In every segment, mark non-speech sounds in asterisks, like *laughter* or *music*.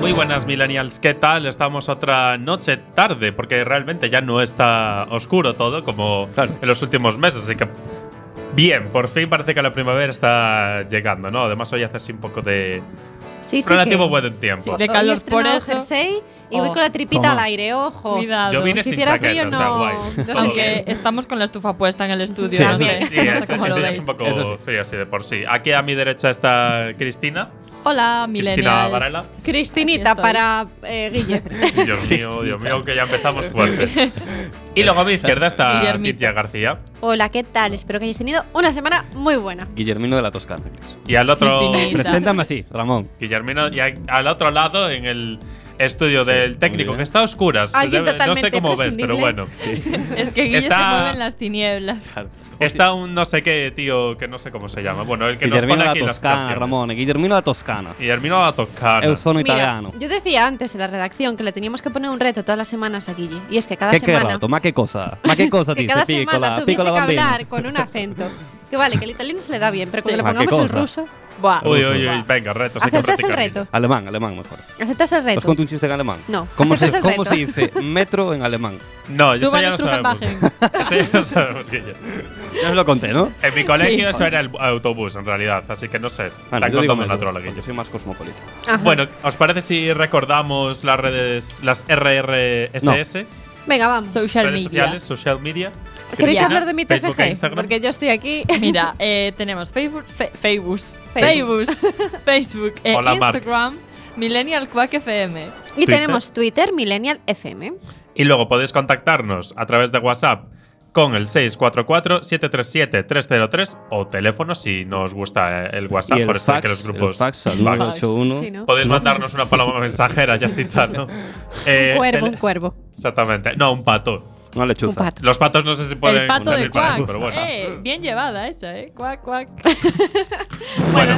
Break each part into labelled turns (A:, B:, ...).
A: Muy buenas millennials, ¿qué tal? Estamos otra noche tarde, porque realmente ya no está oscuro todo como
B: Claro.
A: en los últimos meses, así que bien, por fin parece que la primavera está llegando, ¿no? Además hoy hace así un poco de
C: Sí, sí.
A: relativo
C: que-
A: buen tiempo.
C: Hoy he
D: de calor por
C: estrenado
D: eso.
C: jersey y voy
D: Oh.
C: con la tripita
B: Toma.
C: al aire, ojo.
D: Cuidado.
A: Yo vine
C: Si
A: sin
C: hiciera
A: chaqueta,
C: frío,
A: o sea,
C: no-
A: guay.
C: no
A: Todo
C: sé qué.
A: bien.
D: Aunque estamos con la estufa puesta en el estudio.
B: Sí,
D: no
B: sí,
D: sé,
A: Sí,
D: no sé
A: este
D: cómo lo
A: sitio ya es
D: veis.
A: un poco
B: Eso sí.
A: frío así de por sí. Aquí a mi derecha está
B: *laughs*
A: Cristina,
D: Hola,
A: Cristina
D: millennials.
A: Varela.
C: Cristinita
D: Aquí estoy.
C: para eh, Guille.
A: Dios mío, Dios mío, que ya empezamos
B: *laughs*
A: fuerte. Y luego a mi izquierda está
D: Guillermito.
A: Cintia García.
C: Hola, ¿qué tal? Espero que hayáis tenido una semana muy buena.
B: Guillermino de la Toscana.
A: Y al otro,
D: Cristinita.
B: Preséntame así, Ramón.
A: Guillermino, y a- al otro lado, en el estudio del técnico,
B: bien.
A: que está a oscuras.
C: Alguien
A: Debe- no sé
C: totalmente
A: cómo ves, pero
C: prescindible.
A: bueno.
B: *laughs*
D: Es que Guille
A: Está-
D: se mueve en las tinieblas.
A: Está un no sé qué tío que no sé cómo se llama. Bueno, el que nos
B: Guillermino
A: pone
B: de la
A: aquí las
B: Toscana,
A: canciones. *laughs*
B: Ramón. Guillermino de la Toscana.
A: Guillermino la Toscana.
B: Eu sono
C: Mira,
B: italiano.
C: yo decía antes en la redacción que le teníamos que poner un reto todas las semanas a Guille. Y es que cada
B: ¿Qué qué
C: semana.
B: rato? ¿Ma qué cosa? ¿Ma qué
C: *laughs*
B: cosa
C: que
B: dice?
C: cada
B: Piccola-
C: semana tuviese
B: piccola
C: que
B: bambina.
C: hablar con un acento. Que vale, que el italiano se le da bien, pero cuando
D: Sí.
C: le
B: Ah, qué
C: pongamos el
B: cosa.
C: ruso.
D: Buah.
A: Uy, uy, uy,
D: Buah.
A: venga, retos. hay que
C: ¿Aceptas el
A: practicar.
C: reto?
B: Alemán, alemán mejor.
C: ¿Aceptas el
B: ¿Os
C: reto?
B: cuento un chiste en alemán?
C: No,
B: ¿Cómo,
C: aceptas
B: se,
C: el
B: ¿cómo
C: reto.
B: se dice metro en alemán?
A: No, yo
D: Suban
A: ya no sabemos.
D: Strufenwagen.
A: *laughs* Eso ya no sabemos, Guille.
B: Ya os lo conté, ¿no?
A: En mi colegio
B: Sí.
A: eso era el autobús, en realidad, así que no sé.
B: Vale,
A: La
B: yo digo
A: contamos en
B: metro,
A: la trola, Guille.
B: porque soy más cosmopolita.
C: Ajá.
A: Bueno, ¿os parece si recordamos las redes, las RRSS?
C: Venga, vamos.
D: Social
A: redes
D: media.
A: sociales, social media.
C: ¿Queréis
A: Cristina,
C: hablar de mi
A: Facebook e
C: TFG?
A: Instagram.
C: Porque yo estoy aquí. *laughs*
D: Mira, eh, tenemos Facebook, fe- Facebook,
C: Facebook.
D: Facebook,
C: *laughs*
D: Facebook, eh,
A: Hola, Mark.
D: Instagram, Millennial Quack FM.
C: Y
A: Twitter.
C: tenemos Twitter, Millennial FM.
A: Y luego podéis contactarnos a través de WhatsApp con el 644-737-303 o teléfono si no os gusta eh, el WhatsApp
B: y el
A: por estar
B: fax,
A: que los grupos.
B: el fax al
A: Fax.
B: 981.
C: Sí, ¿no?
A: Podéis mandarnos una paloma mensajera ya
C: *laughs*
A: citando.
B: Eh,
C: Un cuervo,
A: el-
C: un cuervo.
A: Exactamente. No, un pato.
B: Una
C: Un
B: lechuza.
C: pato.
A: Los patos no sé si pueden
D: el pato
A: servir
D: de
A: para
D: Quack.
A: eso, pero bueno.
D: Eh, bien llevada esa, ¿eh?
C: *laughs*
D: Quack, quack.
A: Bueno,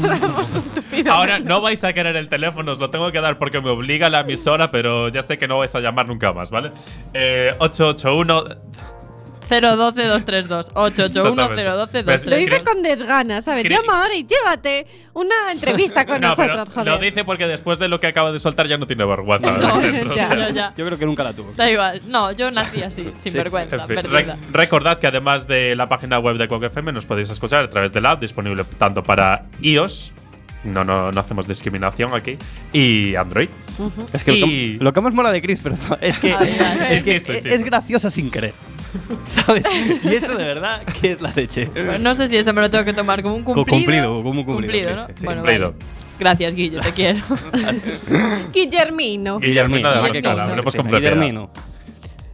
C: Corramos un tupido
A: ahora
C: velo.
A: no vais a querer el teléfono, os lo tengo que dar porque me obliga la emisora, pero ya sé que no vais a llamar nunca más, ¿vale? Eh, 881
D: 012232. 881
C: Lo dice
A: Creo-
C: con desgana, ¿sabes?
A: creo-
C: Llama ahora y llévate una entrevista
A: *laughs*
C: con
A: No, pero
C: nosotros,
A: Lo
C: joder.
A: dice porque después de lo que acaba de soltar ya no tiene vergüenza.
D: No,
A: O sea,
D: ya, ya.
B: Yo creo que nunca la tuvo.
D: Da igual. No, yo nací así, sin vergüenza,
A: en fin,
D: perdida.
A: re- recordad que además de la página web de Quack FM nos podéis escuchar a través del app disponible tanto para iOS, no, no, no hacemos discriminación aquí, y Android.
C: Ujú.
B: Es que lo
A: Y-
B: que- lo que más mola de Chris, perdón, es
C: Ah,
B: que,
D: Ay, ay.
B: es, que
A: Es que
B: es,
A: eso,
B: es gracioso sin querer. *laughs*
C: *laughs*
B: ¿Sabes? Y eso de verdad que es la leche.
D: Pues no sé si eso me lo tengo que tomar como un
B: Co-
D: cumplido.
B: cumplido, como un cumplido,
D: ¿no?
B: sí, sí.
D: Bueno,
A: Cumplido.
D: vale. Gracias, Guillo, te quiero.
C: Guillermino.
A: Guillermino de la
D: qué
A: Toscana,
D: cosa.
A: hablemos
B: Sí,
A: con propiedad.
B: Guillermino.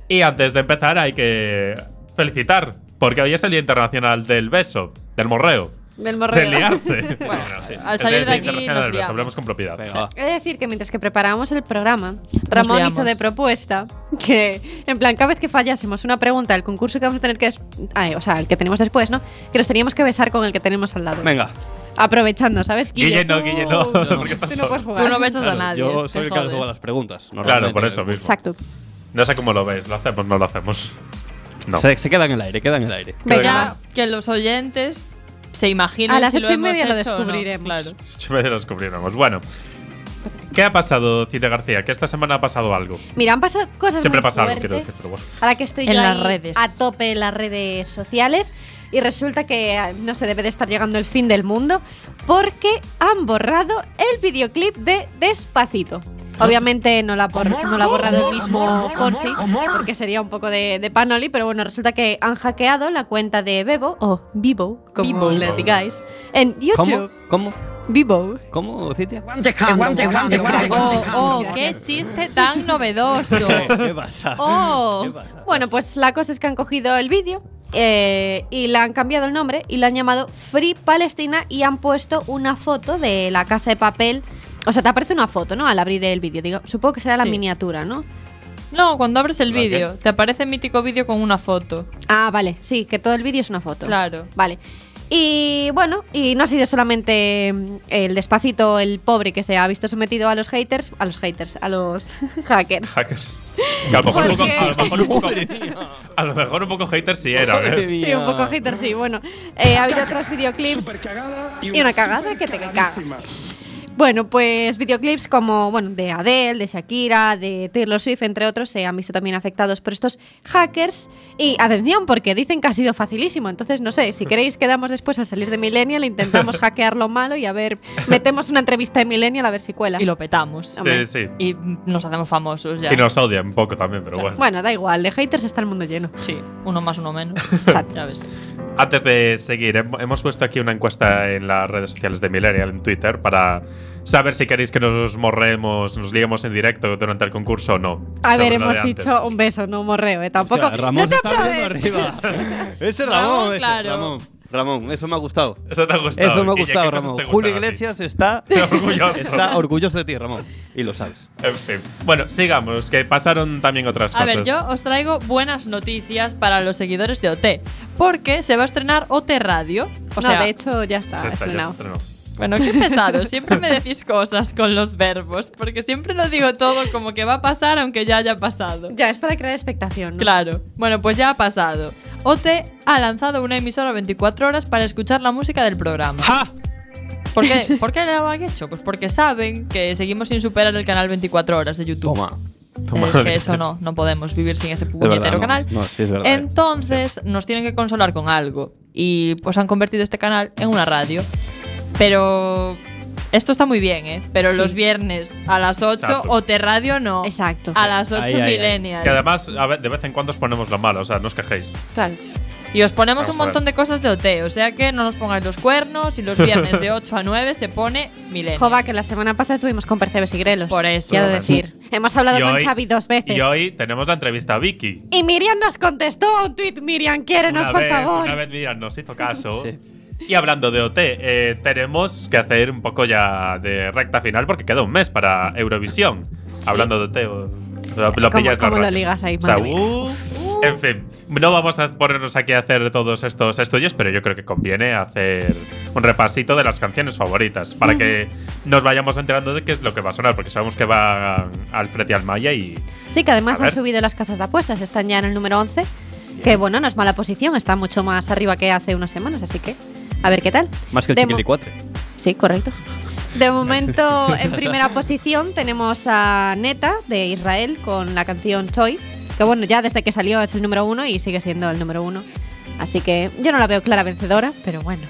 A: Y antes de empezar hay que felicitar, porque hoy es el Día Internacional del Beso, del Morreo,
C: Del
A: del
C: morreo. *laughs*
A: liarse.
D: *laughs* Bueno,
A: sí.
D: al
A: Es
D: salir
A: el
D: de
A: Día
D: aquí
A: Internacional
D: nos
A: del Beso,
D: liamos.
A: hablemos con propiedad.
B: Venga, va.
C: He de decir que mientras que preparábamos el programa, Ramón hizo
D: liamos.
C: de propuesta que, en plan, cada vez que fallásemos una pregunta del concurso que vamos a tener que. des- ay, o sea, el que tenemos después, ¿no? Que nos teníamos que besar con el que tenemos al lado.
B: Venga.
C: Aprovechando, ¿sabes?
A: Guille, no,
C: tú-
A: Guille, *laughs* no, porque estás
C: tú no puedes
A: solo.
C: jugar.
D: Tú no besas a
B: Claro,
D: nadie.
B: yo
D: te
B: soy el que hago
D: jodes.
B: todas las preguntas.
A: Claro, por
B: normalmente.
A: eso mismo.
C: Exacto.
A: No sé cómo lo veis, lo hacemos, no lo hacemos. No.
B: Se, se quedan en el aire, quedan en el aire.
C: Venga.
D: Ya que los oyentes se imaginan
C: A las
D: si
C: ocho y media
D: hemos
C: lo
D: hecho o no,
C: descubriremos.
D: Claro.
A: Si me descubriremos. Bueno, ¿qué ha pasado, Cita García? Que esta semana ha pasado algo.
C: Mira, han pasado cosas
A: Siempre
C: muy
A: pasaron,
C: fuertes.
A: quiero decir, pero bueno.
C: Ahora que estoy
D: En
C: yo
D: las
C: ahí
D: redes.
C: a tope en las redes sociales y resulta que ah, no se debe de estar llegando el fin del mundo porque han borrado el videoclip de Despacito. Obviamente no la, por- no la ha borrado el mismo Fonsi, porque sería un poco de, de panoli, pero bueno, resulta que han hackeado la cuenta de Bebo, o Vivo, como
D: Bebo.
C: le digáis, en YouTube.
B: ¿Cómo? ¿Cómo?
C: Vivo.
B: ¿Cómo, Citia?
D: Oh, oh, qué chiste
B: *laughs*
D: tan novedoso.
B: ¿Qué pasa?
D: Oh,
B: ¿Qué pasa?
C: Bueno, pues la cosa es que han cogido el vídeo eh, y le han cambiado el nombre y lo han llamado Free Palestina y han puesto una foto de la casa de papel. O sea, te aparece una foto, ¿no? Al abrir el vídeo. Digo, supongo que será la
D: Sí.
C: miniatura, ¿no?
D: no, cuando abres el
A: ¿La qué?
D: vídeo, te aparece el mítico vídeo con una foto.
C: Ah, vale, sí, que todo el vídeo es una foto.
D: Claro.
C: Vale. Y bueno, y no ha sido solamente mm, el despacito, el pobre que se ha visto sometido a los haters, a los haters, a los *laughs* hackers.
A: Hackers. Que a lo mejor, un
C: ¿Por
A: poco,
C: qué?
A: a lo mejor un poco- a lo mejor un poco hater sí era. ¿eh?
C: Sí, un poco hater, sí. Bueno, eh, ha habido otros videoclips
E: Supercagada
C: y una cagada que te cagas. Bueno, pues videoclips como, bueno, de Adele, de Shakira, de Taylor Swift, entre otros, se han visto también afectados por estos hackers. Y atención, porque dicen que ha sido facilísimo. Entonces, no sé, si queréis quedamos después a salir de Millennial, intentamos hackear lo malo y a ver, metemos una entrevista de Millennial a ver si cuela.
D: Y lo petamos.
C: Hombre.
A: Sí, sí.
D: Y mm, nos hacemos famosos ya.
A: Y nos odian un poco también, pero bueno.
C: Bueno, da igual, de haters está el mundo lleno.
D: Sí, uno más, uno menos.
C: Exacto.
D: Ya ves.
A: Antes de seguir, hem- hemos puesto aquí una encuesta en las redes sociales de Millennial, en Twitter, para saber si queréis que nos morremos, nos liemos en directo durante el concurso o no. La
C: A ver,
A: verdad
C: hemos
A: de antes.
C: dicho un beso, no un morreo, ¿eh? Tampoco.
B: O sea,
C: ¡No
B: Ramón
C: te
B: se está viniendo
C: aplaudes!
B: arriba.
D: *laughs*
B: Ese es
D: Ramón,
B: Ramón, ese,
D: claro.
B: Ramón. Ramón, eso me ha gustado.
A: Eso te ha gustado.
B: Eso me
A: Guille,
B: ha
A: ¿qué
B: gustado,
A: cosas
B: Ramón.
A: te
B: Julio *laughs*
A: gustan a ti?
B: Iglesias está
A: *laughs* Orgulloso.
B: está orgulloso de ti, Ramón. Y lo sabes.
A: En fin. Bueno, sigamos, que pasaron también otras
D: A
A: cosas.
D: ver, yo os traigo buenas noticias para los seguidores de OT. Porque se va a estrenar OT Radio. O
C: no,
D: sea,
C: de hecho, ya está.
A: Ya está, ya
C: estrenado.
A: se estrenó.
D: Bueno, qué pesado. Siempre me decís cosas con los verbos. Porque siempre lo digo todo como que va a pasar aunque ya haya pasado.
C: Ya, es para crear expectación. ¿no?
D: Claro. Bueno, pues ya ha pasado. OT ha lanzado una emisora 24 horas para escuchar la música del programa.
B: ¡Ja!
D: ¿Por qué, ¿Por qué lo han hecho? Pues porque saben que seguimos sin superar el canal 24 horas de YouTube.
B: Toma.
A: Toma.
D: Es que eso no, no podemos vivir sin ese
B: verdad,
D: puñetero
B: no,
D: canal.
B: no, sí, es
A: ¿eh?
B: verdad. eh.
D: Entonces nos tienen que consolar con algo. Y pues han convertido este canal en una radio. Pero esto está muy bien, ¿eh? Pero
C: Sí.
D: los viernes a las 8
A: Exacto.
D: o te radio no.
C: Exacto.
D: A las 8
B: Ahí, ahí, ahí.
D: millennial.
A: Que además, a ver, de vez en cuando os ponemos la mala, o sea, no os quejéis.
C: Claro.
D: Y os ponemos
A: Vamos
D: un
A: a ver.
D: montón de cosas de OT, o sea que no nos pongáis los cuernos y los viernes de 8 a 9 se pone Millennial.
C: Jova, que la semana pasada estuvimos con Percebes y Grelos.
D: Por eso.
C: Quiero decir, hemos hablado
A: Y
C: con
A: hoy-
C: Xavi dos veces.
A: Y hoy tenemos la entrevista a Vicky.
C: Y Miriam nos contestó a un tweet. Miriam, quiérenos,
A: una
C: por
A: vez,
C: favor.
A: Una vez, mira, nos hizo caso.
B: *laughs* Sí.
A: Y hablando de OT, eh, tenemos que hacer un poco ya de recta final porque queda un mes para Eurovisión. Hablando de OT, o- lo, lo
C: ¿Cómo-
A: pillas la
C: cómo lo
A: radio.
C: ligas ahí,
A: O sea, uh.
C: madre mía?
A: uf. En fin, no vamos a ponernos aquí a hacer todos estos estudios, pero yo creo que conviene hacer un repasito de las canciones favoritas para que nos vayamos enterando de qué es lo que va a sonar, porque sabemos que va Alfred y Almaya y
C: Sí, que además
A: A
C: han
A: ver.
C: subido las casas de apuestas. Están ya en el número 11. Que bueno, no es mala posición. Está mucho más arriba que hace unas semanas. Así que, a ver qué tal.
B: Más que el
C: Demo.
B: chiquilicuatre.
C: Sí, correcto. De momento, en primera posición tenemos a Neta de Israel con la canción Toy, que bueno, ya desde que salió es el número uno y sigue siendo el número uno. Así que yo no la veo clara vencedora, pero bueno.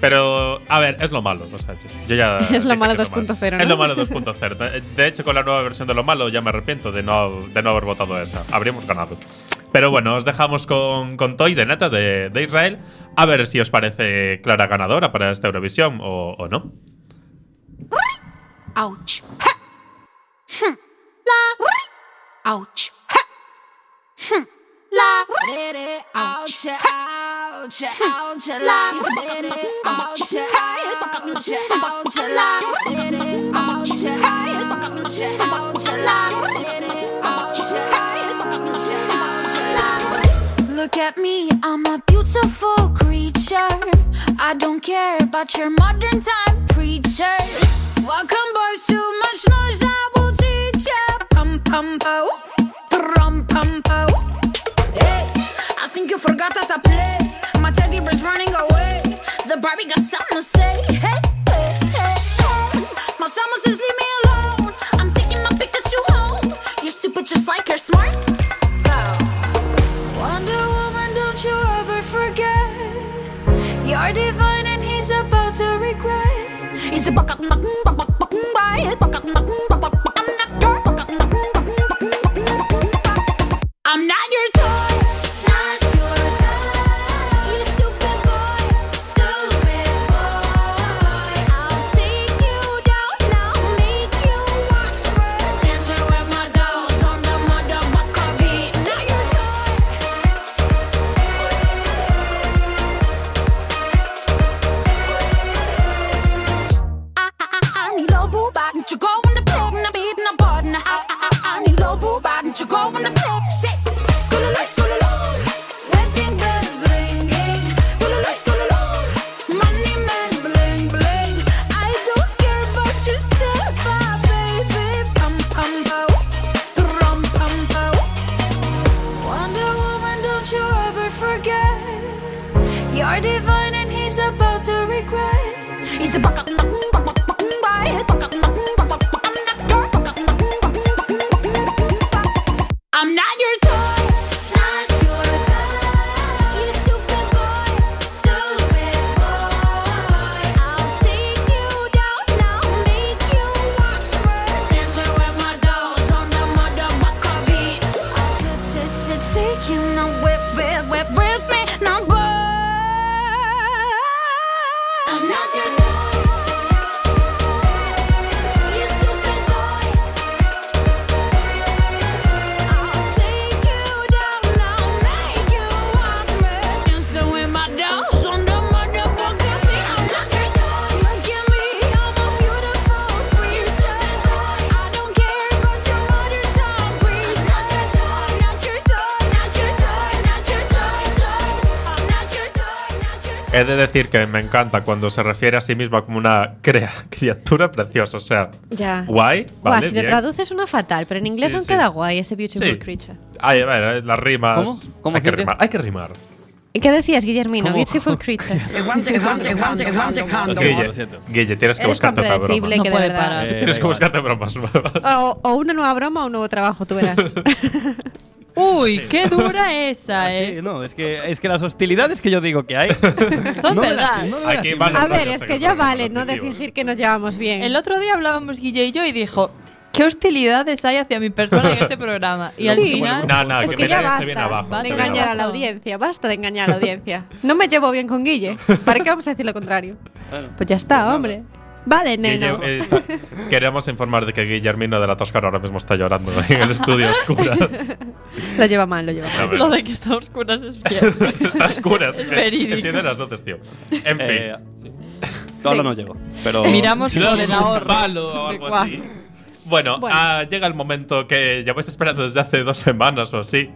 A: Pero, a ver, es lo malo. o sea, yo ya
C: *laughs* Es lo
A: dije que
C: malo
A: es
C: 2.0, ¿no?
A: Es lo malo 2.0. De- De hecho, con la nueva versión de lo malo ya me arrepiento de no, de no haber votado esa. Habríamos ganado. Pero bueno, os dejamos con, con Toy de Neta de, de Israel. A ver si os parece clara ganadora para esta Eurovisión o, o no.
E: Ouch. Ha. Hm. La. Ouch. Ha. Hm. La. Ouch. Ouch. Ouch. La. Ouch. Ouch. Ouch. La. Ouch. Ouch. Ouch. La.
F: Look at me, I'm a beautiful creature. I don't care about your modern time preacher. Welcome, boys, too much noise, I will teach ya. Pum pum pow, pum pum pow. Hey, I think you forgot that I play. My teddy bear's running away. The Barbie got something to say. Hey, hey, hey, hey. My summer says leave me alone. I'm taking my Pikachu home. You're stupid just like you're smart. Foul. Wonder Woman, don't you ever forget You're divine and he's about to regret He's a buck knock buck buck buck bye buck knock buck buck buck I'm not your buck knock buck buck buck I'm not your toy not your toy You stupid boy stupid boy I'll take you down now make you watch me dancing with my dolls on the motherfucker beat Not your toy I, I, I, I need a boo bot and you go on the plug and I'm eating a bud and I, I, I, I need a boo bot and you go on the plug. Shit. Gululu, gululu. Wedding bells ringing. Gululu, gululu. Money man bling bling. I don't care about your stuff, ah, baby. Pum pum bow. Drum pum bow. Wonder Woman, don't you ever forget You're divine and he's about to regret He's a buck buck buck buck buck buck buck you know whip, whip, whip with me, now boy. I'm not your toy. You stupid boy. I'll take you down, I'll make you watch me. Dancing with my dolls on the motherfucker beat. I'm not your toy. Look at me, I'm a beautiful creature. I don't care about your modern time breed. Not your toy, not your toy, not your toy, not your toy, toy. I'm not your toy, not your toy.
A: He de decir que me encanta cuando se refiere a sí misma como una crea, *laughs* criatura preciosa. O sea,
C: Ya.
A: guay.
C: Buah,
A: Vale,
C: si lo
A: bien.
C: traduces una fatal, pero en inglés
A: Sí,
C: aún
A: sí.
C: queda guay ese beautiful
A: Sí.
C: creature.
A: Ay, a ver, eh, las rimas.
B: ¿Cómo? ¿Cómo,
A: hay que
B: Cintia?
A: rimar. Hay que rimar.
C: ¿Qué decías, Guillermino?
A: *laughs*
B: ¿Cómo?
C: Beautiful creature.
B: Lo siento, Ah, lo
A: Guille,
B: siento.
A: Guille, tienes que
C: Eres
A: buscarte otra broma.
C: comprensible
D: No
C: que de
D: puede
C: verdad.
D: parar.
B: Eh,
A: Tienes
B: da
A: que
B: igual.
A: buscarte bromas
C: *laughs*
A: nuevas.
C: O, o una nueva broma o un nuevo trabajo, tú verás.
D: Uy, qué dura esa,
B: Ah, Sí,
D: eh.
B: no, es que, es que las hostilidades que yo digo que hay.
D: *laughs* Son
B: no me
D: verdad.
B: las- no me las
A: Aquí
B: invento.
A: van
C: A
A: Claro,
C: ver,
A: yo
C: es
A: sé
C: que
A: que
C: ya
A: problemas
C: vale, no
A: afectivos.
C: decir que nos llevamos bien.
D: El otro día hablábamos Guille y yo y dijo, ¿qué hostilidades hay hacia
C: *laughs*
D: mi persona en este programa? Y al
C: Sí.
D: final...
A: No, no,
C: es
A: que
C: que
A: me
C: ya
A: la- se viene abajo. se
C: basta de
A: viene
C: engañar a
A: abajo.
C: la audiencia, basta de engañar a la audiencia. No me llevo bien con Guille. ¿Para qué vamos a decir lo contrario?
B: Bueno,
C: Pues ya está, hombre. Vale, nena.
A: Guille, eh, está- queremos informar de que Guillermino de la Toscana ahora mismo está llorando *laughs* en el estudio a
C: *laughs*
A: oscuras.
C: Lo lleva mal, lo lleva mal.
A: A ver.
D: Lo de que está a oscuras es cierto.
A: Está a oscuras.
D: Es
A: eh,
D: verídico.
A: Enciende las luces, tío. En fin.
B: eh, sí. Todo lo no llego. Pero
D: Miramos por el ahorro.
A: palo o
D: De
A: algo
D: cuá-
A: así. Bueno,
C: Bueno.
A: ah, llega el momento que lleváis esperando desde hace dos semanas o así.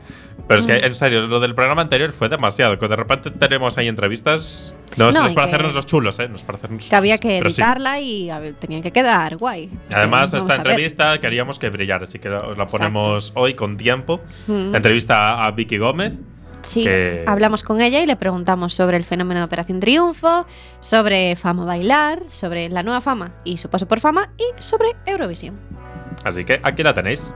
A: Pero es que, en serio, lo del programa anterior fue demasiado. Que de repente tenemos ahí entrevistas. No, es-
C: No,
A: no es
C: y
A: para
C: que-
A: hacernos los chulos, ¿eh? No es para hacernos
C: *laughs* Que había que
A: pero sí.
C: editarla y a ver, tenía que quedar guay.
A: Además,
C: Vamos
A: esta
C: a ver.
A: entrevista queríamos que brillara, así que os la
C: Exacto.
A: ponemos hoy con tiempo.
C: Mm.
A: La entrevista a Vicky Gómez.
C: Sí,
A: que-
C: hablamos con ella y le preguntamos sobre el fenómeno de Operación Triunfo, sobre Fama Bailar, sobre la nueva fama y su paso por fama y sobre Eurovisión.
A: Así que aquí la tenéis.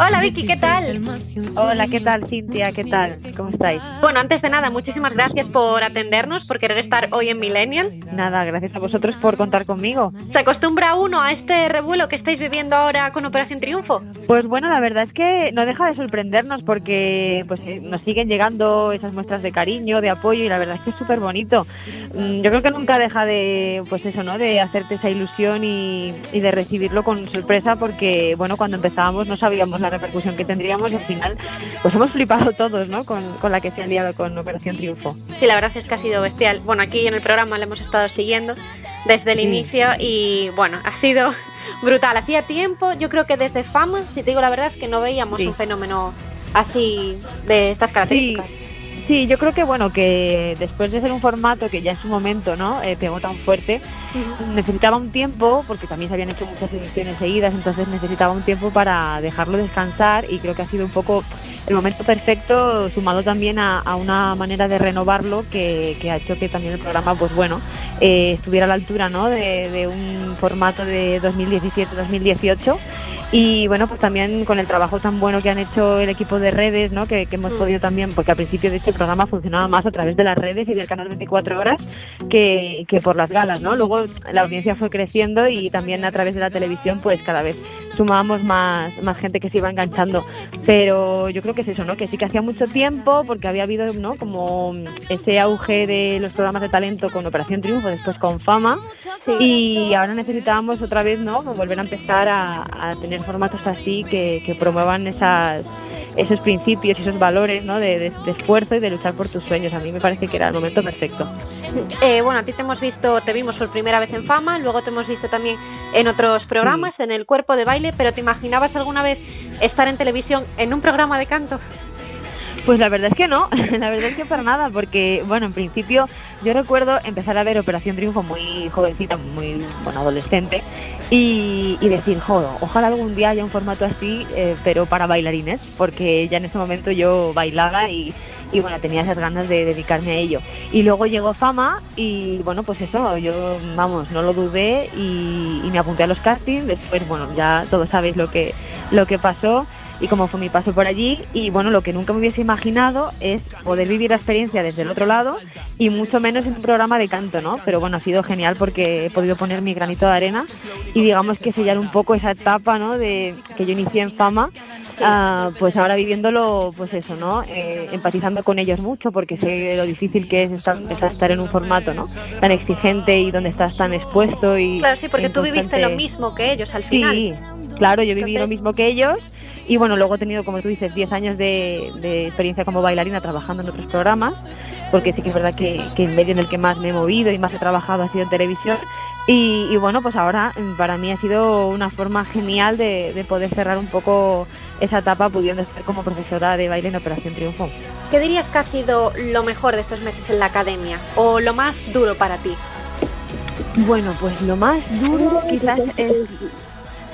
G: Hola Vicky, ¿qué tal? Hola, ¿qué tal Cintia? ¿Qué tal? ¿Cómo estáis?
H: Bueno, antes de nada, muchísimas gracias por atendernos, por querer estar hoy en Millennial.
G: Nada, gracias a vosotros por contar conmigo.
H: ¿Se acostumbra uno a este revuelo que estáis viviendo ahora con Operación Triunfo?
G: Pues bueno, la verdad es que no deja de sorprendernos porque pues eh, nos siguen llegando esas muestras de cariño, de apoyo y la verdad es que es súper bonito. Mm, Yo creo que nunca deja de pues eso, ¿no? De hacerte esa ilusión y, y de recibirlo con sorpresa porque bueno, cuando empezábamos no sabíamos la repercusión que tendríamos y al final pues hemos flipado todos, ¿no? Con, con la que se ha liado con Operación Triunfo.
H: Sí, la verdad es que ha sido bestial. Bueno, aquí en el programa la hemos estado siguiendo desde el
G: Sí.
H: inicio y bueno, ha sido *laughs* brutal. Hacía tiempo, yo creo que desde Fama, si te digo la verdad, es que no veíamos
G: Sí.
H: un fenómeno así de estas
G: Sí,
H: características.
G: sí, yo creo que bueno, que después de ser un formato que ya es un momento, ¿no? Eh, pegó tan fuerte, necesitaba un tiempo, porque también se habían hecho muchas ediciones seguidas, entonces necesitaba un tiempo para dejarlo descansar y creo que ha sido un poco el momento perfecto, sumado también a, a una manera de renovarlo que, que ha hecho que también el programa, pues bueno, eh, estuviera a la altura, ¿no? De, de un formato de 2017-2018. Y bueno, pues también con el trabajo tan bueno que han hecho el equipo de redes, ¿no? Que, que hemos
H: Mm.
G: podido también, porque al principio de este programa funcionaba más a través de las redes y del canal 24 horas que, que por las galas, ¿no? Luego la audiencia fue creciendo y también a través de la televisión, pues cada vez sumábamos más, más gente que se iba enganchando. Pero yo creo que es eso, ¿no? Que sí que hacía mucho tiempo, porque había habido, ¿no? Como ese auge de los programas de talento con Operación Triunfo, después con Fama. Y ahora necesitábamos otra vez, ¿no? Volver a empezar a, a tener formatos así que, que promuevan esas, esos principios, esos valores, ¿no? De, de- de esfuerzo y de luchar por tus sueños. A mí me parece que era el momento perfecto.
H: Eh, bueno, a ti te hemos visto, te vimos por primera vez en Fama, luego te hemos visto también en otros programas,
G: Mm.
H: en el cuerpo de baile, pero ¿te imaginabas alguna vez estar en televisión en un programa de canto?
G: Pues la verdad es que no, *laughs* la verdad es que para nada, porque, bueno, en principio yo recuerdo empezar a ver Operación Triunfo muy jovencita, muy, bueno, adolescente, y, y decir, joder, ojalá algún día haya un formato así, eh, pero para bailarines, porque ya en ese momento yo bailaba y, y bueno, tenía esas ganas de dedicarme a ello. Y luego llegó fama y bueno, pues eso, yo vamos, no lo dudé y, y me apunté a los castings, después bueno, ya todos sabéis lo que, lo que pasó y cómo fue mi paso por allí y bueno, lo que nunca me hubiese imaginado es poder vivir la experiencia desde el otro lado y mucho menos en un programa de canto, ¿no? Pero bueno, ha sido genial porque he podido poner mi granito de arena y digamos que sellar un poco esa etapa, ¿no? De que yo inicié en fama, ah, pues ahora viviéndolo, pues eso, ¿no? Eh, empatizando con ellos mucho porque sé lo difícil que es estar, es estar en un formato, ¿no? Tan exigente y donde estás tan expuesto y...
H: Claro, sí, porque
G: en
H: tú viviste lo
G: constante-
H: mismo que ellos al final.
G: Sí, claro, yo viví lo
H: Entonces-
G: mismo que ellos y bueno, luego he tenido, como tú dices, 10 años de, de experiencia como bailarina trabajando en otros programas, porque sí que es verdad que, que el medio en el que más me he movido y más he trabajado ha sido en televisión. Y, y bueno, pues ahora mm, para mí ha sido una forma genial de, de poder cerrar un poco esa etapa pudiendo estar como profesora de baile en Operación Triunfo.
H: ¿Qué dirías que ha sido lo mejor de estos meses en la academia? ¿O lo más duro para ti?
G: Bueno, pues lo más duro quizás es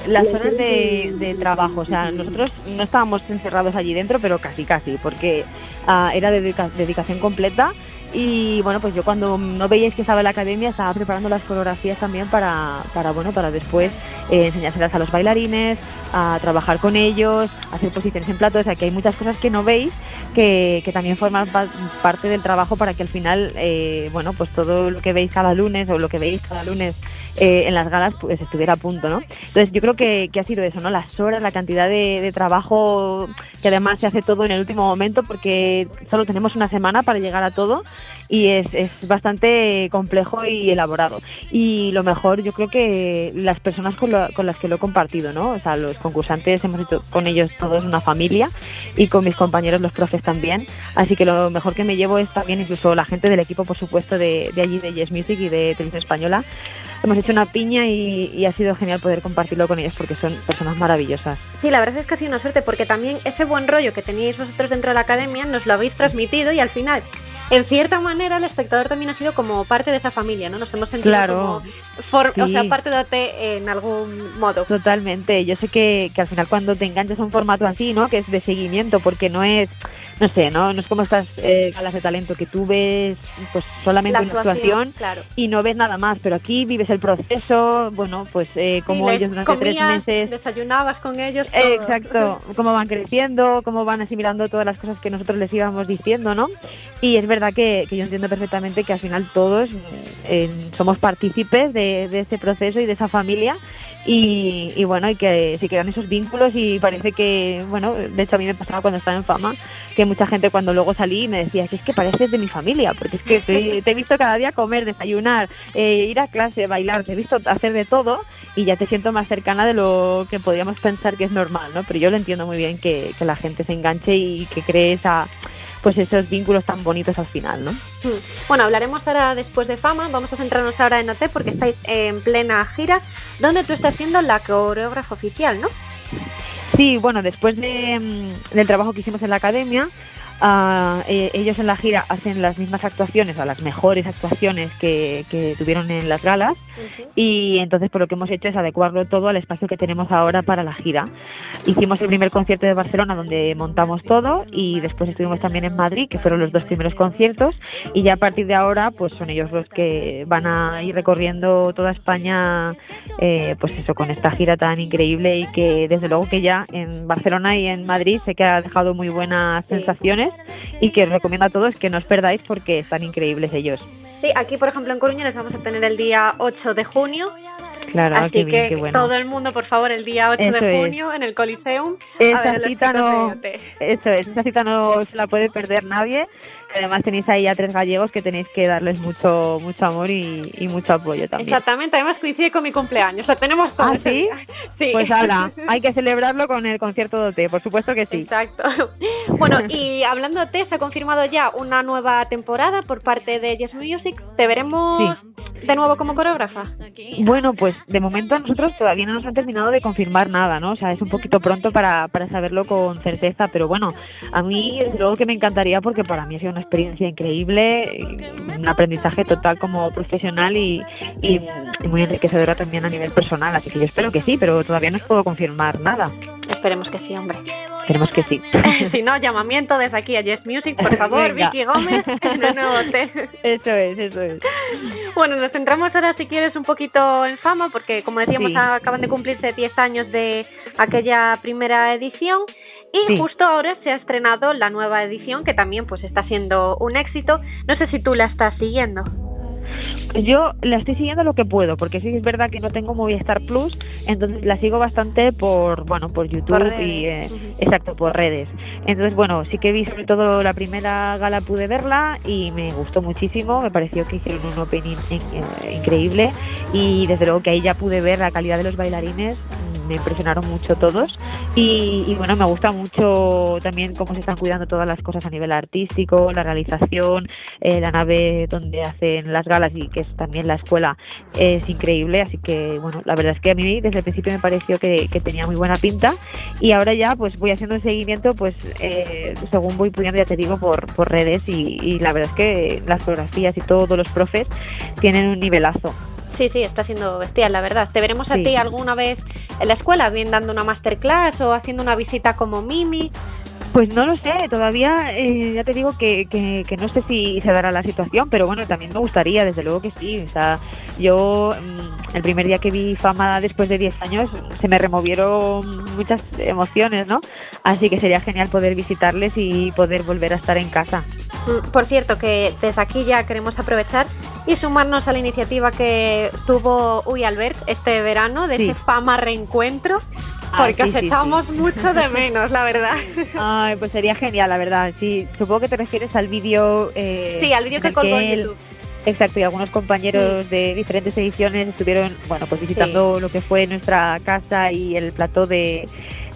G: las horas de, de trabajo. O sea, nosotros no estábamos encerrados allí dentro, pero casi, casi, porque ah, era dedica- dedicación completa. Y bueno, pues yo cuando no veíais que estaba en la academia estaba preparando las coreografías también para, para bueno, para después eh, enseñárselas a los bailarines, a trabajar con ellos, hacer posiciones en plato. O sea, que hay muchas cosas que no veis que, que también forman pa- parte del trabajo para que al final, eh, bueno, pues todo lo que veis cada lunes o lo que veis cada lunes eh, en las galas, pues estuviera a punto, ¿no? Entonces yo creo que, que ha sido eso, ¿no? Las horas, la cantidad de, de trabajo que además se hace todo en el último momento porque solo tenemos una semana para llegar a todo y es, es bastante complejo y elaborado. Y lo mejor yo creo que las personas con, lo- con las que lo he compartido, ¿no? O sea, los concursantes hemos hecho con ellos todos una familia y con mis compañeros los profes también. Así que lo mejor que me llevo es también incluso la gente del equipo, por supuesto, de, de allí, de Yes Music y de Televisión Española. Hemos hecho una piña y, y ha sido genial poder compartirlo con ellos porque son personas maravillosas.
H: Sí, la verdad es que ha sido una suerte porque también ese buen rollo que teníais vosotros dentro de la academia nos lo habéis transmitido y al final, en cierta manera, el espectador también ha sido como parte de esa familia, ¿no? Nos hemos sentido
G: Claro,
H: como for- o
G: sí.
H: sea, parte de OT en algún modo.
G: Totalmente. Yo sé que, que al final cuando te enganchas a un formato así, ¿no? Que es de seguimiento, porque no es, no sé, ¿no? No es como estas eh, galas de talento que tú ves pues solamente una actuación
H: claro.
G: y no ves nada más, pero aquí vives el proceso, bueno, pues eh, como
H: Sí, les
G: ellos durante tres
H: comías,
G: meses
H: Desayunabas con ellos. todo.
G: Eh, Exacto, cómo van creciendo, cómo van asimilando todas las cosas que nosotros les íbamos diciendo, ¿no? Y es verdad que, que yo entiendo perfectamente que al final todos eh, somos partícipes de, de este proceso y de esa familia y, y bueno, y que se crean esos vínculos y parece que, bueno, de hecho a mí me pasaba cuando estaba en fama que mucha gente cuando luego salí me decía que es que pareces de mi familia, porque es que
H: *laughs*
G: te, te he visto cada día comer, desayunar, eh, ir a clase, bailar, te he visto hacer de todo y ya te siento más cercana de lo que podríamos pensar que es normal, ¿no? Pero yo lo entiendo muy bien que, que la gente se enganche y que cree esa, pues esos vínculos tan bonitos al final, ¿no?
H: Mm. Bueno, hablaremos ahora después de fama. Vamos a centrarnos ahora en OT porque estáis en plena gira, donde tú estás siendo la coreógrafa oficial, ¿no?
G: Sí, bueno, después de, mm, del trabajo que hicimos en la academia, ah, eh, ellos en la gira hacen las mismas actuaciones, o las mejores actuaciones que, que tuvieron en las galas, y entonces por lo que hemos hecho es adecuarlo todo al espacio que tenemos ahora para la gira. Hicimos el primer concierto de Barcelona donde montamos todo y después estuvimos también en Madrid, que fueron los dos primeros conciertos y ya a partir de ahora pues son ellos los que van a ir recorriendo toda España eh, pues eso con esta gira tan increíble y que desde luego que ya en Barcelona y en Madrid sé que ha dejado muy buenas sensaciones y que os recomiendo a todos que no os perdáis porque están increíbles ellos.
H: Sí, aquí por ejemplo en Coruña les vamos a tener el día 8 de junio,
G: Claro,
H: así
G: qué bien,
H: que
G: qué bueno.
H: todo el mundo por favor el día 8
G: Eso
H: de
G: es.
H: junio en el Coliseum.
G: Esa
H: a ver a los
G: cita
H: chicos
G: no-
H: de OT.
G: Eso es, esa cita no se la puede perder nadie. Además tenéis ahí a tres gallegos que tenéis que darles mucho mucho amor y, y mucho apoyo también.
H: Exactamente, además coincide con mi cumpleaños, lo tenemos todo.
G: ¿Ah,
H: ese
G: sí?
H: día. *laughs* Sí.
G: Pues
H: *laughs*
G: ahora, hay que celebrarlo con el concierto de OT, por supuesto que sí.
H: Exacto. Bueno, y hablando de T, se ha confirmado ya una nueva temporada por parte de Yes Music. ¿Te veremos de nuevo como coreógrafa?
G: Bueno, pues de momento nosotros todavía no nos han terminado de confirmar nada, ¿no? O sea, es un poquito pronto para, para saberlo con certeza, pero bueno, a mí desde luego que me encantaría porque para mí ha sido una experiencia increíble, eh, un aprendizaje total como profesional y, y- y muy enriquecedora también a nivel personal, así que yo espero que sí, pero todavía no os puedo confirmar nada.
H: Esperemos que sí, hombre.
G: Esperemos que sí.
H: *laughs* si no, llamamiento desde aquí a Yes Music, *laughs* por favor,
G: Venga.
H: Vicky Gómez, de nuevo *laughs* te-
G: Eso es, eso es.
H: Bueno, nos centramos ahora, si quieres, un poquito en fama, porque como decíamos,
G: Sí.
H: acaban de cumplirse 10 años de aquella primera edición. Y
G: Sí.
H: justo ahora se ha estrenado la nueva edición, que también pues está siendo un éxito. No sé si tú la estás siguiendo.
G: Yo la estoy siguiendo lo que puedo, porque sí que es verdad que no tengo Movistar Plus, entonces la sigo bastante por, bueno, por YouTube
H: Por redes.
G: y, eh,
H: Ujú.
G: exacto, por redes. Entonces, bueno, sí que vi sobre todo la primera gala, pude verla y me gustó muchísimo, me pareció que hicieron un opening in- eh, increíble y desde luego que ahí ya pude ver la calidad de los bailarines, mm, me impresionaron mucho todos y, y, bueno, me gusta mucho también cómo se están cuidando todas las cosas a nivel artístico, la realización, eh, la nave donde hacen las galas y que es también la escuela es increíble, así que bueno, la verdad es que a mí desde el principio me pareció que, que tenía muy buena pinta y ahora ya pues voy haciendo un seguimiento pues eh, según voy pudiendo, ya te digo, por, por redes y, y la verdad es que las coreografías y todos los profes tienen un nivelazo.
H: Sí, sí, está siendo bestial, la verdad. Te veremos a
G: Sí.
H: ti alguna vez en la escuela, bien dando una masterclass o haciendo una visita como Mimi.
G: Pues no lo sé, todavía eh, ya te digo que, que- que no sé si se dará la situación, pero bueno, también me gustaría, desde luego que sí. O sea, yo mm, el primer día que vi fama después de 10 años se me removieron muchas emociones, ¿no? Así que sería genial poder visitarles y poder volver a estar en casa.
H: Mm, Por cierto, que desde aquí ya queremos aprovechar y sumarnos a la iniciativa que tuvo Uy Albert este verano de
G: Sí.
H: ese fama reencuentro,
G: Ah,
H: porque
G: sí, sí,
H: os
G: sí.
H: echamos mucho de menos, la verdad.
G: Ay, pues sería genial, la verdad. Sí, supongo que te refieres al vídeo. eh,
H: Sí, al vídeo que
G: el
H: colgó en
G: él-
H: YouTube.
G: Exacto, y algunos compañeros de diferentes ediciones estuvieron, bueno, pues visitando lo que fue nuestra casa y el plató de,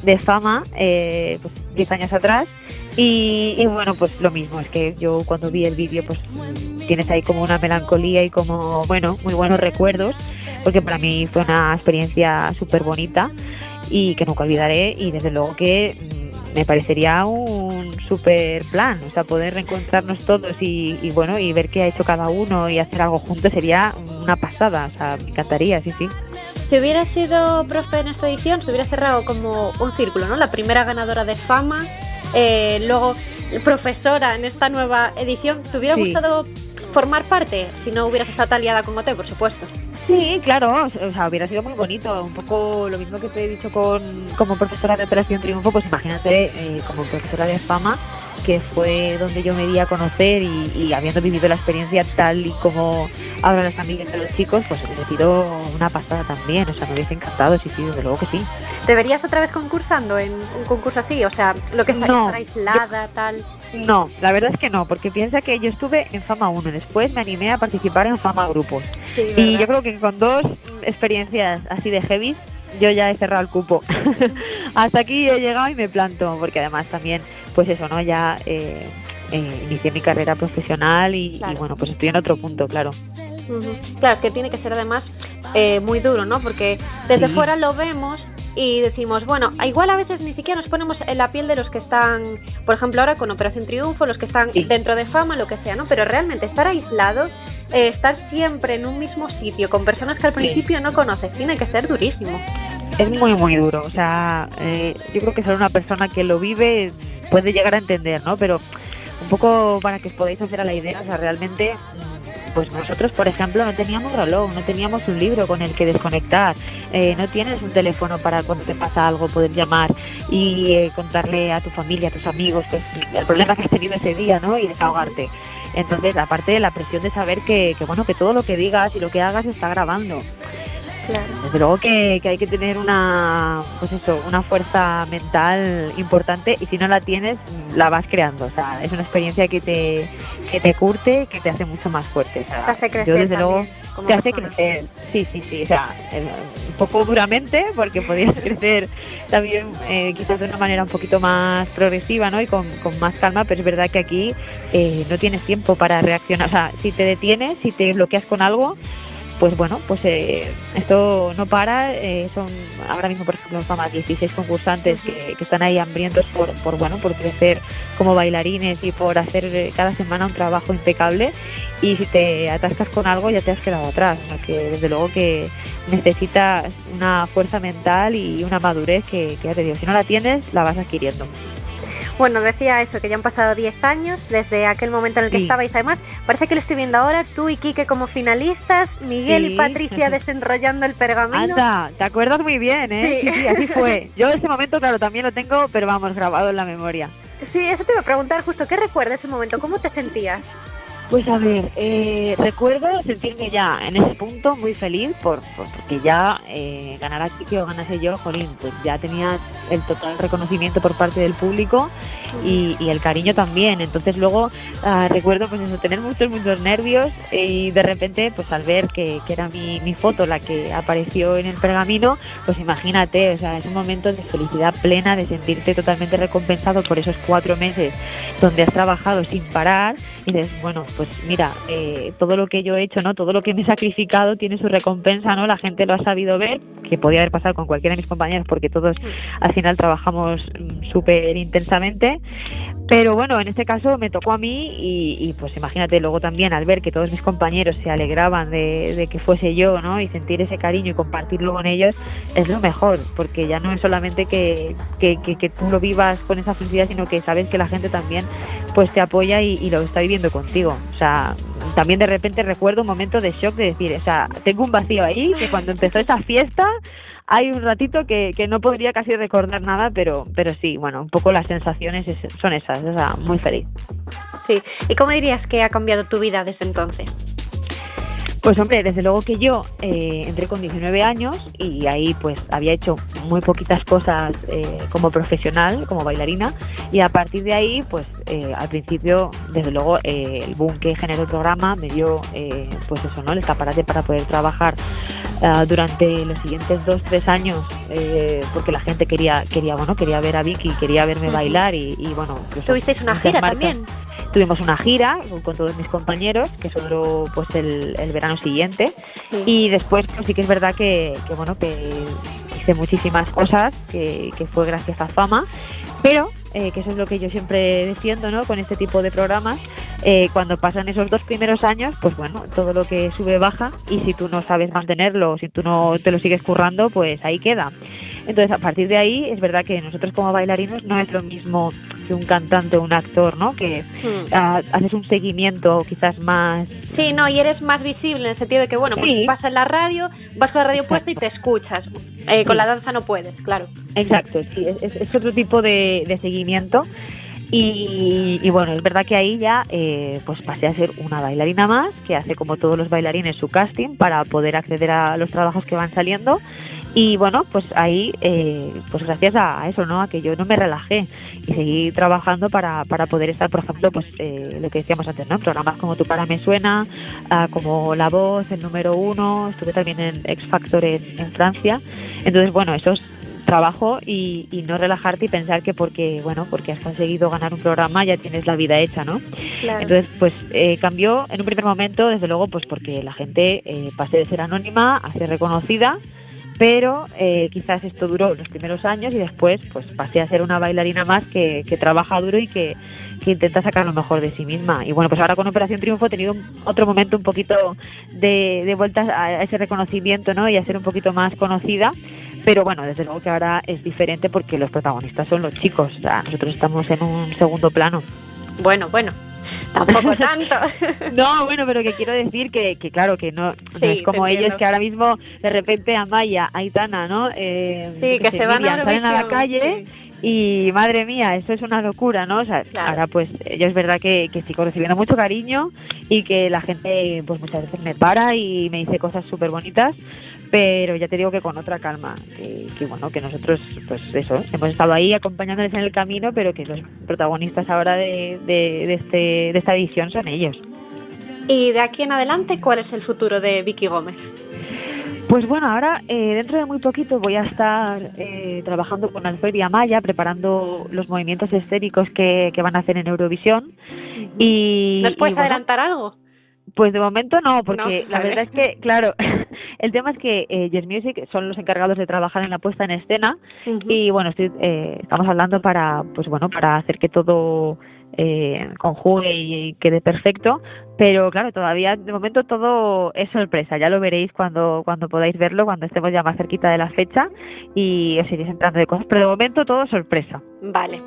G: de fama, eh, pues 10 años atrás. Y, y bueno, pues lo mismo, es que yo cuando vi el vídeo, pues mm, tienes ahí como una melancolía y como, bueno, muy buenos recuerdos, porque para mí fue una experiencia súper bonita y que nunca olvidaré y desde luego que mm, me parecería un super plan, o sea, poder reencontrarnos todos y, y bueno, y ver qué ha hecho cada uno y hacer algo juntos sería una pasada, o sea, me encantaría, sí, sí.
H: *laughs* Si hubiera sido profe en esta edición, se hubiera cerrado como un círculo, ¿no? La primera ganadora de fama, eh, luego profesora en esta nueva edición. ¿Te hubiera
G: Sí.
H: gustado formar parte? Si no hubieras estado aliada con OT, por supuesto.
G: Sí, claro, o sea, hubiera sido muy bonito, un poco lo mismo que te he dicho con, como profesora de Operación Triunfo, pues imagínate eh, como profesora de fama, que fue donde yo me di a conocer y, y habiendo vivido la experiencia tal y como ahora las familias de los chicos, pues hubiera sido una pasada también, o sea, me hubiese encantado, sí, sí, desde luego que sí.
H: ¿Te verías otra vez concursando en un concurso así? O sea, lo que está
G: No.
H: estar aislada, tal.
G: No, la verdad es que no, porque piensa que yo estuve en Fama 1, después me animé a participar en Fama Grupos.
H: Sí,
G: Y
H: ¿verdad?
G: yo creo que con dos experiencias así de heavy, yo ya he cerrado el cupo. *laughs* Hasta aquí he llegado y me planto, porque además también, pues eso, ¿no? Ya eh, eh, inicié mi carrera profesional y, y
H: Claro.
G: bueno, pues estoy en otro punto, claro.
H: Ujú. Claro, es que tiene que ser además eh, muy duro, ¿no? Porque desde
G: Sí.
H: fuera lo vemos y decimos, bueno, igual a veces ni siquiera nos ponemos en la piel de los que están, por ejemplo, ahora con Operación Triunfo, los que están
G: Sí.
H: dentro de fama, lo que sea, ¿no? Pero realmente estar aislados, eh, estar siempre en un mismo sitio con personas que al principio no conoces, tiene que ser durísimo.
G: Es muy, muy duro. O sea, eh, yo creo que solo una persona que lo vive puede llegar a entender, ¿no? Pero un poco para que os podáis hacer a la idea, o sea, realmente, mm, pues nosotros, por ejemplo, no teníamos reloj, no teníamos un libro con el que desconectar, eh, no tienes un teléfono para cuando te pasa algo poder llamar y eh, contarle a tu familia, a tus amigos, pues, el problema que has tenido ese día, ¿no? Y desahogarte. Entonces, aparte de la presión de saber que, que, bueno, que todo lo que digas y lo que hagas se está grabando. Desde luego que, que hay que tener una, pues eso, una fuerza mental importante y si no la tienes, la vas creando. O sea, es una experiencia que te, que te curte, que te hace mucho más fuerte. O sea,
H: Te hace crecer.
G: yo desde luego
H: también, como
G: te hace
H: persona.
G: crecer. Sí, sí, sí. O sea, eh, un poco duramente porque *laughs* podías crecer también eh, quizás de una manera un poquito más progresiva ¿no? y con, con más calma, pero es verdad que aquí eh, no tienes tiempo para reaccionar. O sea, si te detienes, si te bloqueas con algo, pues bueno, pues eh, esto no para. eh, son ahora mismo, por ejemplo, en Fama 16 concursantes que, que están ahí hambrientos por, por, bueno, por crecer como bailarines y por hacer eh, cada semana un trabajo impecable. Y si te atascas con algo, ya te has quedado atrás. O sea, que desde luego que necesitas una fuerza mental y una madurez que, que ya te digo, si no la tienes, la vas adquiriendo.
H: Bueno, decía eso, que ya han pasado 10 años desde aquel momento en el que
G: Sí.
H: estabais. Además, parece que lo estoy viendo ahora, tú y Quique como finalistas, Miguel y
G: Sí. *laughs*
H: Patricia desenrollando el pergamino.
G: Anda, te acuerdas muy bien, ¿eh?
H: Sí.
G: Sí, sí, así fue. Yo ese momento, claro, también lo tengo, pero vamos, grabado en la memoria.
H: Sí, eso te iba a preguntar justo, ¿qué recuerdas ese momento? ¿Cómo te sentías?
G: Pues a ver, eh, recuerdo sentirme ya en ese punto muy feliz por, por- porque ya eh, ganara Kike o ganase yo, Jolín, pues ya tenía el total reconocimiento por parte del público y, y el cariño también. Entonces luego ah, recuerdo pues eso, tener muchos, muchos nervios y de repente pues al ver que, que era mi, mi foto la que apareció en el pergamino, pues imagínate, o sea, es un momento de felicidad plena, de sentirte totalmente recompensado por esos cuatro meses donde has trabajado sin parar y dices, bueno, pues mira, eh, todo lo que yo he hecho, ¿no? Todo lo que me he sacrificado tiene su recompensa, ¿no? La gente lo ha sabido ver, que podía haber pasado con cualquiera de mis compañeros porque todos al final trabajamos mm, súper intensamente. Pero bueno, en este caso me tocó a mí y, y, pues imagínate luego también al ver que todos mis compañeros se alegraban de, de que fuese yo, ¿no? Y sentir ese cariño y compartirlo con ellos es lo mejor, porque ya no es solamente que, que, que- que tú lo vivas con esa felicidad, sino que sabes que la gente también pues te apoya y, y lo está viviendo contigo. O sea, también de repente recuerdo un momento de shock de decir, o sea, tengo un vacío ahí, que cuando empezó esa fiesta hay un ratito que, que no podría casi recordar nada, pero, pero sí, bueno, un poco las sensaciones es- son esas, o sea, muy feliz.
H: Sí. ¿Y cómo dirías que ha cambiado tu vida desde entonces?
G: Pues hombre, desde luego que yo eh, entré con 19 años y ahí pues había hecho muy poquitas cosas eh, como profesional, como bailarina y a partir de ahí pues eh, al principio desde luego eh, el boom que generó el programa me dio eh, pues eso, ¿no? El escaparate para poder trabajar ah, durante los siguientes dos, tres años eh, porque la gente quería, quería, bueno, quería ver a Vicky, quería verme
H: Ujú.
G: bailar y, y, bueno... incluso
H: Tuvisteis una
G: muchas
H: gira
G: marcas
H: también.
G: tuvimos una gira con, con todos mis compañeros que eso duró pues el, el verano siguiente y después pues, sí que es verdad que, que, bueno que hice muchísimas cosas que, que fue gracias a fama pero eh, que eso es lo que yo siempre defiendo ¿no? con este tipo de programas eh, cuando pasan esos dos primeros años pues bueno todo lo que sube baja y si tú no sabes mantenerlo si tú no te lo sigues currando pues ahí queda entonces, a partir de ahí, es verdad que nosotros como bailarinos no es lo mismo que un cantante o un actor, ¿no? Que
H: Mm.
G: ah, haces un seguimiento quizás más...
H: Sí, no, y eres más visible en el sentido de que, bueno, pues
G: Sí.
H: vas en la radio, vas con la radio puesta y te escuchas. Eh, con la danza no puedes, claro.
G: Exacto, sí, es, es- es otro tipo de, de seguimiento. Y, y bueno, es verdad que ahí ya eh, pues pasé a ser una bailarina más, que hace como todos los bailarines su casting para poder acceder a los trabajos que van saliendo. Y bueno, pues ahí, eh, pues gracias a eso, ¿no? A que yo no me relajé y seguí trabajando para, para poder estar, por ejemplo, pues eh, lo que decíamos antes, ¿no? En Programas como Tu Para Me Suena, ah, como La Voz, el número uno, estuve también en X Factor en, en Francia. Entonces, bueno, eso es trabajo y, y no relajarte y pensar que porque, bueno, porque has conseguido ganar un programa ya tienes la vida hecha, ¿no? Entonces, pues eh, cambió en un primer momento, desde luego, pues porque la gente eh, pasé de ser anónima a ser reconocida, pero eh, quizás esto duró los primeros años y después pues pasé a ser una bailarina más que, que trabaja duro y que, que intenta sacar lo mejor de sí misma. Y bueno, pues ahora con Operación Triunfo he tenido un- otro momento un poquito de, de vueltas a ese reconocimiento, ¿no? Y a ser un poquito más conocida. Pero bueno, desde luego que ahora es diferente porque los protagonistas son los chicos. O sea, nosotros estamos en un segundo plano.
H: Bueno, bueno,
G: *laughs*
H: tampoco tanto.
G: No, bueno, pero que quiero decir que, que claro, que no, no
H: Sí,
G: es como
H: te entiendo.
G: ellos que ahora mismo de repente Amaya, Aitana, ¿no? Eh,
H: sí,
G: yo qué
H: que
G: sé,
H: se van a
G: Miriam, salen a la
H: Eurovisión,
G: calle
H: sí.
G: y madre mía, eso es una locura, ¿no? O sea,
H: Claro.
G: ahora pues yo es verdad que, que sigo recibiendo mucho cariño y que la gente pues muchas veces me para y me dice cosas súper bonitas, pero ya te digo que con otra calma, que, que, bueno, que nosotros pues eso, hemos estado ahí acompañándoles en el camino, pero que los protagonistas ahora de, de- de este, de esta edición son ellos.
H: Y de aquí en adelante, ¿cuál es el futuro de Vicky Gómez?
G: Pues bueno, ahora eh, dentro de muy poquito voy a estar eh, trabajando con Alfred y Amaya, preparando los movimientos escénicos que, que van a hacer en Eurovisión. Y,
H: ¿Nos
G: y
H: puedes
G: bueno,
H: adelantar algo?
G: Pues de momento no, porque
H: No,
G: la
H: vale.
G: verdad es que, claro, *laughs* el tema es que eh, Yes Music son los encargados de trabajar en la puesta en escena y bueno, estoy, eh, estamos hablando para, pues bueno, para hacer que todo eh, conjugue y quede perfecto, pero claro, todavía de momento todo es sorpresa, ya lo veréis cuando, cuando podáis verlo, cuando estemos ya más cerquita de la fecha y os iréis entrando de cosas, pero de momento todo sorpresa.
H: Vale.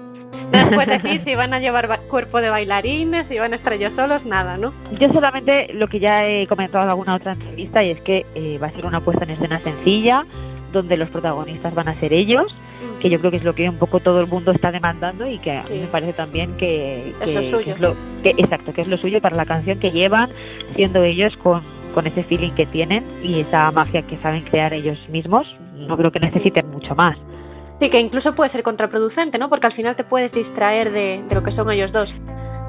H: No nos puedes decir si van a llevar ba- cuerpo de bailarines, si van a estar ellos solos, nada, ¿no?
G: Yo solamente lo que ya he comentado en alguna otra entrevista y es que eh, va a ser una puesta en escena sencilla donde los protagonistas van a ser ellos, que yo creo que es lo que un poco todo el mundo está demandando y que a mí
H: Sí.
G: me parece también que,
H: Es
G: que-
H: lo
G: que
H: suyo.
G: es lo que exacto, que es lo suyo para la canción que llevan, siendo ellos con, con ese feeling que tienen y esa magia que saben crear ellos mismos, no creo que necesiten mucho más.
H: Sí, que incluso puede ser contraproducente, ¿no? Porque al final te puedes distraer de, de lo que son ellos dos.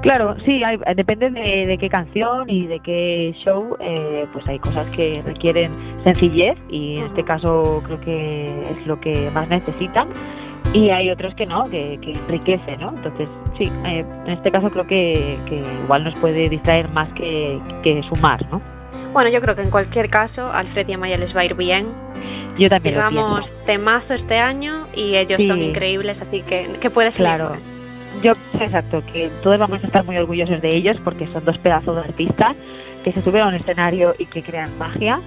G: Claro, sí, hay- eh, depende de, de qué canción y de qué show, eh, pues hay cosas que requieren sencillez y en este caso creo que es lo que más necesitan y hay otros que no, que, que enriquece, ¿no? Entonces, sí, eh, en este caso creo que, que igual nos puede distraer más que, que sumar, ¿no?
H: Bueno, yo creo que en cualquier caso, a Alfred y Amaya les va a ir bien.
G: Yo también lo pienso.
H: Llevamos temazo este año y ellos
G: Sí.
H: son increíbles, así que, que puede ser.
G: Claro. Yo exacto, que todos vamos a estar muy orgullosos de ellos porque son dos pedazos de artistas que se suben a un escenario y que crean magia.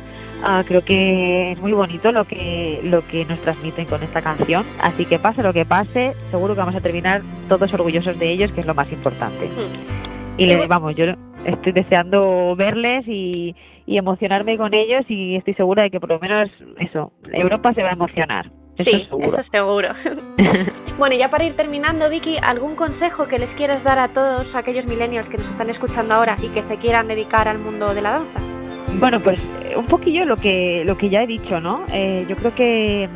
G: Ah, creo que es muy bonito lo que lo que nos transmiten con esta canción, así que pase lo que pase, seguro que vamos a terminar todos orgullosos de ellos, que es lo más importante.
H: Mm.
G: Y
H: Eh,
G: le, vamos, yo estoy deseando verles y, y emocionarme con ellos y estoy segura de que por lo menos eso, Europa se va a emocionar. Eso
H: sí,
G: seguro.
H: eso es
G: *laughs*
H: seguro. bueno, y ya para ir terminando, Vicky, ¿algún consejo que les quieras dar a todos aquellos millennials que nos están escuchando ahora y que se quieran dedicar al mundo de la danza?
G: Bueno, pues eh, un poquillo lo que, lo que ya he dicho, ¿no? Eh, yo creo que,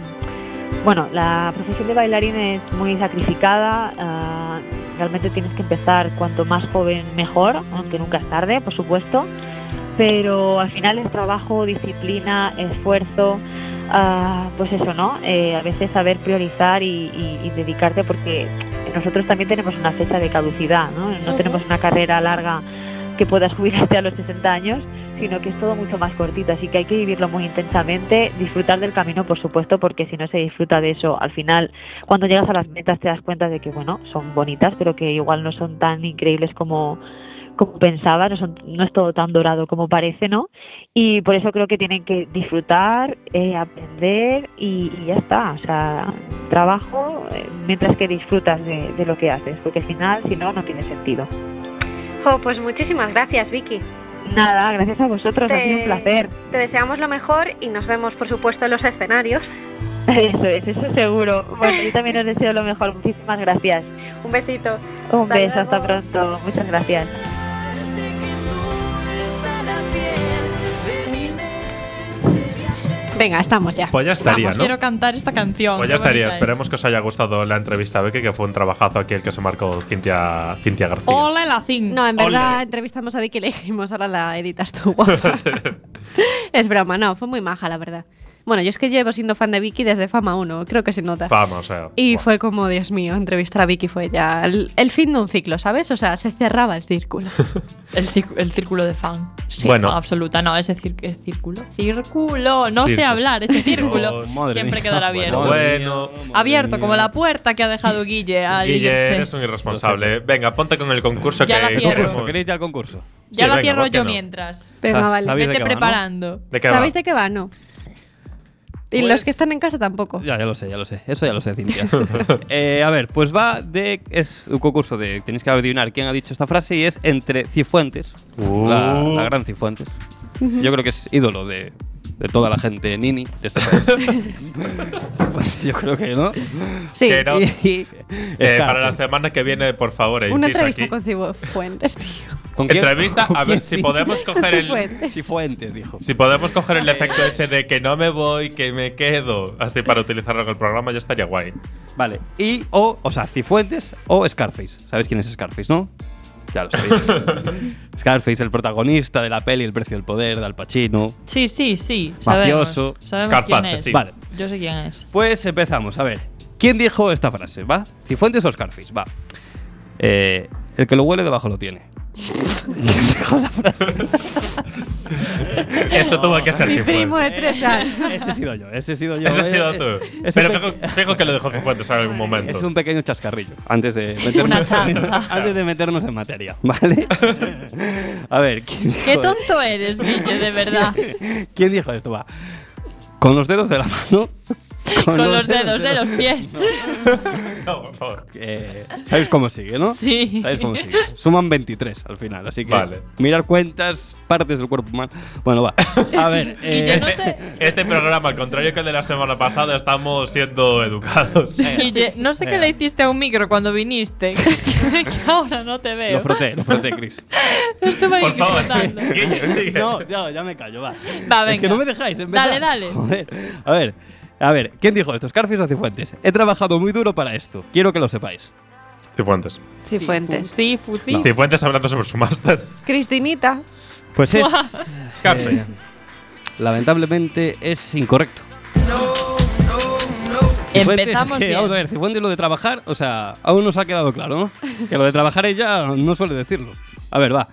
G: bueno, la profesión de bailarín es muy sacrificada, ah, realmente tienes que empezar cuanto más joven mejor, aunque nunca es tarde, por supuesto, pero al final es trabajo, disciplina, esfuerzo, ah, pues eso, ¿no? Eh, a veces saber priorizar y, y- y dedicarte porque nosotros también tenemos una fecha de caducidad, ¿no? No tenemos una carrera larga que puedas jubilarte a los 60 años sino que es todo mucho más cortito, así que hay que vivirlo muy intensamente, disfrutar del camino, por supuesto, porque si no se disfruta de eso, al final, cuando llegas a las metas te das cuenta de que, bueno, son bonitas, pero que igual no son tan increíbles como como pensaba, no, son- no es todo tan dorado como parece, ¿no? Y por eso creo que tienen que disfrutar, eh, aprender y, y ya está, o sea, trabajo eh, mientras que disfrutas de, de lo que haces, porque al final, si no, no tiene sentido.
H: Jo, pues muchísimas gracias, Vicky.
G: Nada, gracias a vosotros, ha sido un
H: Te-
G: placer.
H: Te deseamos lo mejor y nos vemos, por supuesto, en los escenarios.
G: Eso es, eso seguro. Bueno, yo también os deseo lo mejor. Muchísimas gracias.
H: Un besito.
G: Un
H: Hasta
G: beso, hasta
H: luego.
G: pronto. Muchas gracias.
C: Venga, estamos ya.
A: Pues ya estaría, ¿no?
D: Quiero cantar esta canción.
A: Pues
D: qué
A: ya estaría.
D: bonita
A: Esperemos
D: es.
A: que os haya gustado la entrevista, Becky, que fue un trabajazo aquí el que se marcó Cintia, Cintia García.
C: Oh. *laughs*
D: Hola, la zinc.
C: No, en verdad
A: Ole.
C: entrevistamos a Vicky y le dijimos, ahora la editas tú, *laughs* guapa. es broma, no, fue muy maja, la verdad. Bueno, yo es que llevo siendo fan de Vicky desde Fama 1, creo que se
A: *laughs*
C: nota.
A: Vamos, eh, o sea,
C: y
A: buah.
C: fue como, Dios mío, entrevistar a Vicky fue ya el, el fin de un ciclo, ¿sabes? O sea, se cerraba el círculo.
A: *laughs*
D: El, cir- el círculo de fan.
A: Sí. Bueno.
D: No, absoluta, no, ese cir- eh, círculo. Círculo, no sé
A: Círculo. *laughs*
D: hablar, ese círculo
A: Dios,
B: Madre
D: siempre
B: mía.
D: quedará abierto.
A: Bueno.
D: Abierto, como la puerta que ha dejado Guille al
A: Guille,
D: irse.
A: eres un irresponsable. Venga, ponte con el concurso
D: Ya la
A: que
D: cierro.
A: queremos.
D: Concurso,
B: ¿Queréis ya al concurso?
D: Ya
A: Sí,
D: la
A: venga,
D: cierro
A: ¿por qué
D: yo
A: no?
D: mientras.
C: Pero
B: Ah,
C: vale.
B: ¿Sabéis de
D: Vete
B: qué va, no?
D: preparando.
A: ¿De qué va?
C: ¿Sabéis de qué va? No. Y
B: Pues-
C: los que están en casa tampoco.
B: Ya, ya lo sé, ya lo sé. Eso ya lo sé, Cintia. *laughs* Eh, a ver, pues va de. Es un concurso de. Tenéis que adivinar quién ha dicho esta frase y es entre Cifuentes.
A: Uh.
B: La, la gran Cifuentes. Yo creo que es ídolo de, de toda la gente nini de este país.
C: *laughs*
B: Pues yo creo que no.
C: Sí.
A: Que no.
B: Y- *laughs* y-
A: Eh,
B: Escarce.
A: para la semana que viene, por favor, editis
C: Una entrevista
A: aquí.
C: con Cibo Fuentes, tío.
B: ¿Con quién?
A: Entrevista,
B: ¿Con
A: a
B: quién?
A: ver si podemos coger el.
B: *laughs*
C: Cifuentes.
B: Cifuentes, dijo.
A: Si podemos coger el efecto ese de que no me voy, que me quedo, así para utilizarlo en el programa, ya estaría guay.
B: Vale. Y o, o sea, Cifuentes o Scarface. ¿Sabéis quién es Scarface, no? Ya lo sabéis. Scarface, el protagonista de la peli El precio del poder, de Al Pacino.
D: Sí, sí, sí.
B: Mafioso.
D: Sabemos, sabemos
A: Scarface,
D: quién es.
A: sí.
B: Vale.
D: Yo sé quién
A: *laughs*
D: es.
B: Pues empezamos, a ver. ¿Quién dijo esta frase? ¿Va? ¿Cifuentes o Scarface? Va. Eh, el que lo huele debajo lo tiene.
A: Eso tuvo que ser
C: Mi primo
A: Cifuentes.
C: de tres años.
B: Eh, Ese he sido
C: *laughs*
B: yo, ese he sido yo.
A: Ese ha
B: Eh,
A: sido
B: eh,
A: tú.
B: es
A: Pero
B: un
A: fijo, fijo que lo dejó Cifuentes en algún momento.
B: Es un pequeño chascarrillo antes eh,
D: *laughs*
B: de meternos,
D: Una chanza.
B: antes de meternos en materia, ¿vale? A ver, ¿quién dijo,
D: Qué tonto eres, Guille, de verdad.
A: *laughs*
B: ¿quién dijo esto? Va. Con los dedos de la mano. *laughs*
D: Con los dedos de los pies.
A: No, por favor.
B: Eh, ¿Sabéis cómo sigue, no?
D: Sí.
B: ¿Sabéis cómo sigue? Suman 23 al final, así que
A: Vale.
B: mirar cuentas, partes del cuerpo humano. Bueno,
D: *laughs*
B: va. A ver.
D: Guille,
B: eh,
D: no sé.
A: Este programa, al contrario que el de la semana pasada, estamos siendo educados.
D: Guille, no sé qué
B: Venga.
D: le hiciste a un micro cuando viniste. *laughs* que que ahora no te
B: Lo
D: veo.
B: froté, lo froté, Chris.
D: Estuve ahí
A: Por favor,
D: gritando.
A: Guille, *laughs* sigue.
B: No, ya, ya me callo, va.
D: Va,
B: Es que
D: venga.
B: no me dejáis empezar.
D: Dale, dale.
B: Joder. A ver, a ver, ¿quién dijo esto? Scarface o Cifuentes. He trabajado muy duro para esto. Quiero que lo sepáis.
A: Cifuentes.
C: Cifuentes.
D: Sí, futi.
B: No.
A: Cifuentes hablando sobre su máster.
C: Cristinita.
B: Pues es.
A: Scarface.
B: eh, lamentablemente es incorrecto. Cifuentes,
D: Empezamos
B: es que,
D: bien.
B: Vamos a ver, Cifuentes lo de trabajar, o sea, aún nos ha quedado claro, ¿no? Que lo de trabajar ella no suele decirlo. A ver, va.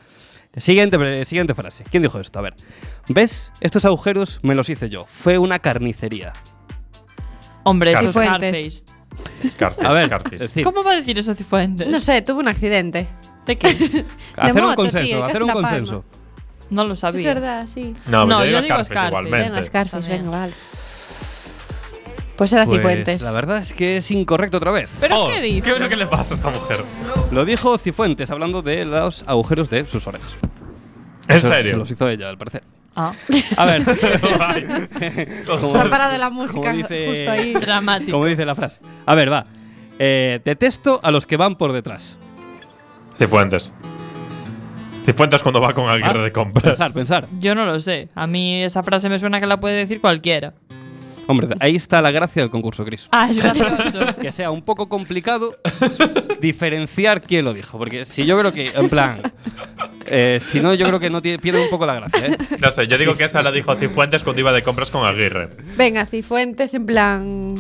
B: Siguiente, pre- siguiente frase. ¿Quién dijo esto? A ver. ¿Ves? Estos agujeros me los hice yo. Fue una carnicería.
D: Hombre, eso es
C: Cifuentes.
D: Scarface.
A: Scarface.
B: A ver, es
A: Scarface.
B: decir,
D: ¿Cómo va a decir eso Cifuentes?
C: No sé, tuvo un accidente. *laughs*
D: ¿De qué?
B: hacer un
C: moto,
B: consenso,
C: tío, casi
B: hacer un
C: la palma.
B: consenso.
D: No lo
C: Es
D: sabía.
C: verdad, sí.
A: No,
D: No,
A: yo, digo
D: yo digo
A: Scarface,
D: Scarface.
A: igualmente.
C: Venga, Scarface,
D: También.
C: venga, vale. Pues era
B: Pues,
C: Cifuentes.
B: La verdad es que es incorrecto otra vez.
D: ¿Pero
A: Oh,
D: qué
A: qué,
D: dices?
A: bueno que le pasa a esta mujer.
B: Lo dijo Cifuentes hablando de los agujeros de sus orejas.
A: En
B: Eso Se
A: serio.
B: los hizo ella, al parecer.
D: Ah,
A: *laughs*
B: A ver,
A: Vaya.
C: Se ha parado la música
B: como dice-
C: justo ahí.
D: dramático.
B: como dice la frase. A ver, va. Eh, detesto a los que van por detrás.
A: Cifuentes. Cifuentes cuando va con Aguirre
B: Ah,
A: de compras.
B: Pensar, pensar.
D: Yo no lo sé. A mí esa frase me suena que la puede decir
C: *laughs*
D: cualquiera.
B: Hombre, ahí está la gracia del concurso, Chris.
D: Ah, es gracioso.
B: Que sea un poco complicado diferenciar quién lo dijo. Porque si yo creo que, en plan. eh, si no, yo creo que no tiene- pierde un poco la gracia, ¿eh?
A: No sé, yo digo que esa la dijo Cifuentes cuando iba de compras con Aguirre.
C: Venga, Cifuentes, en plan.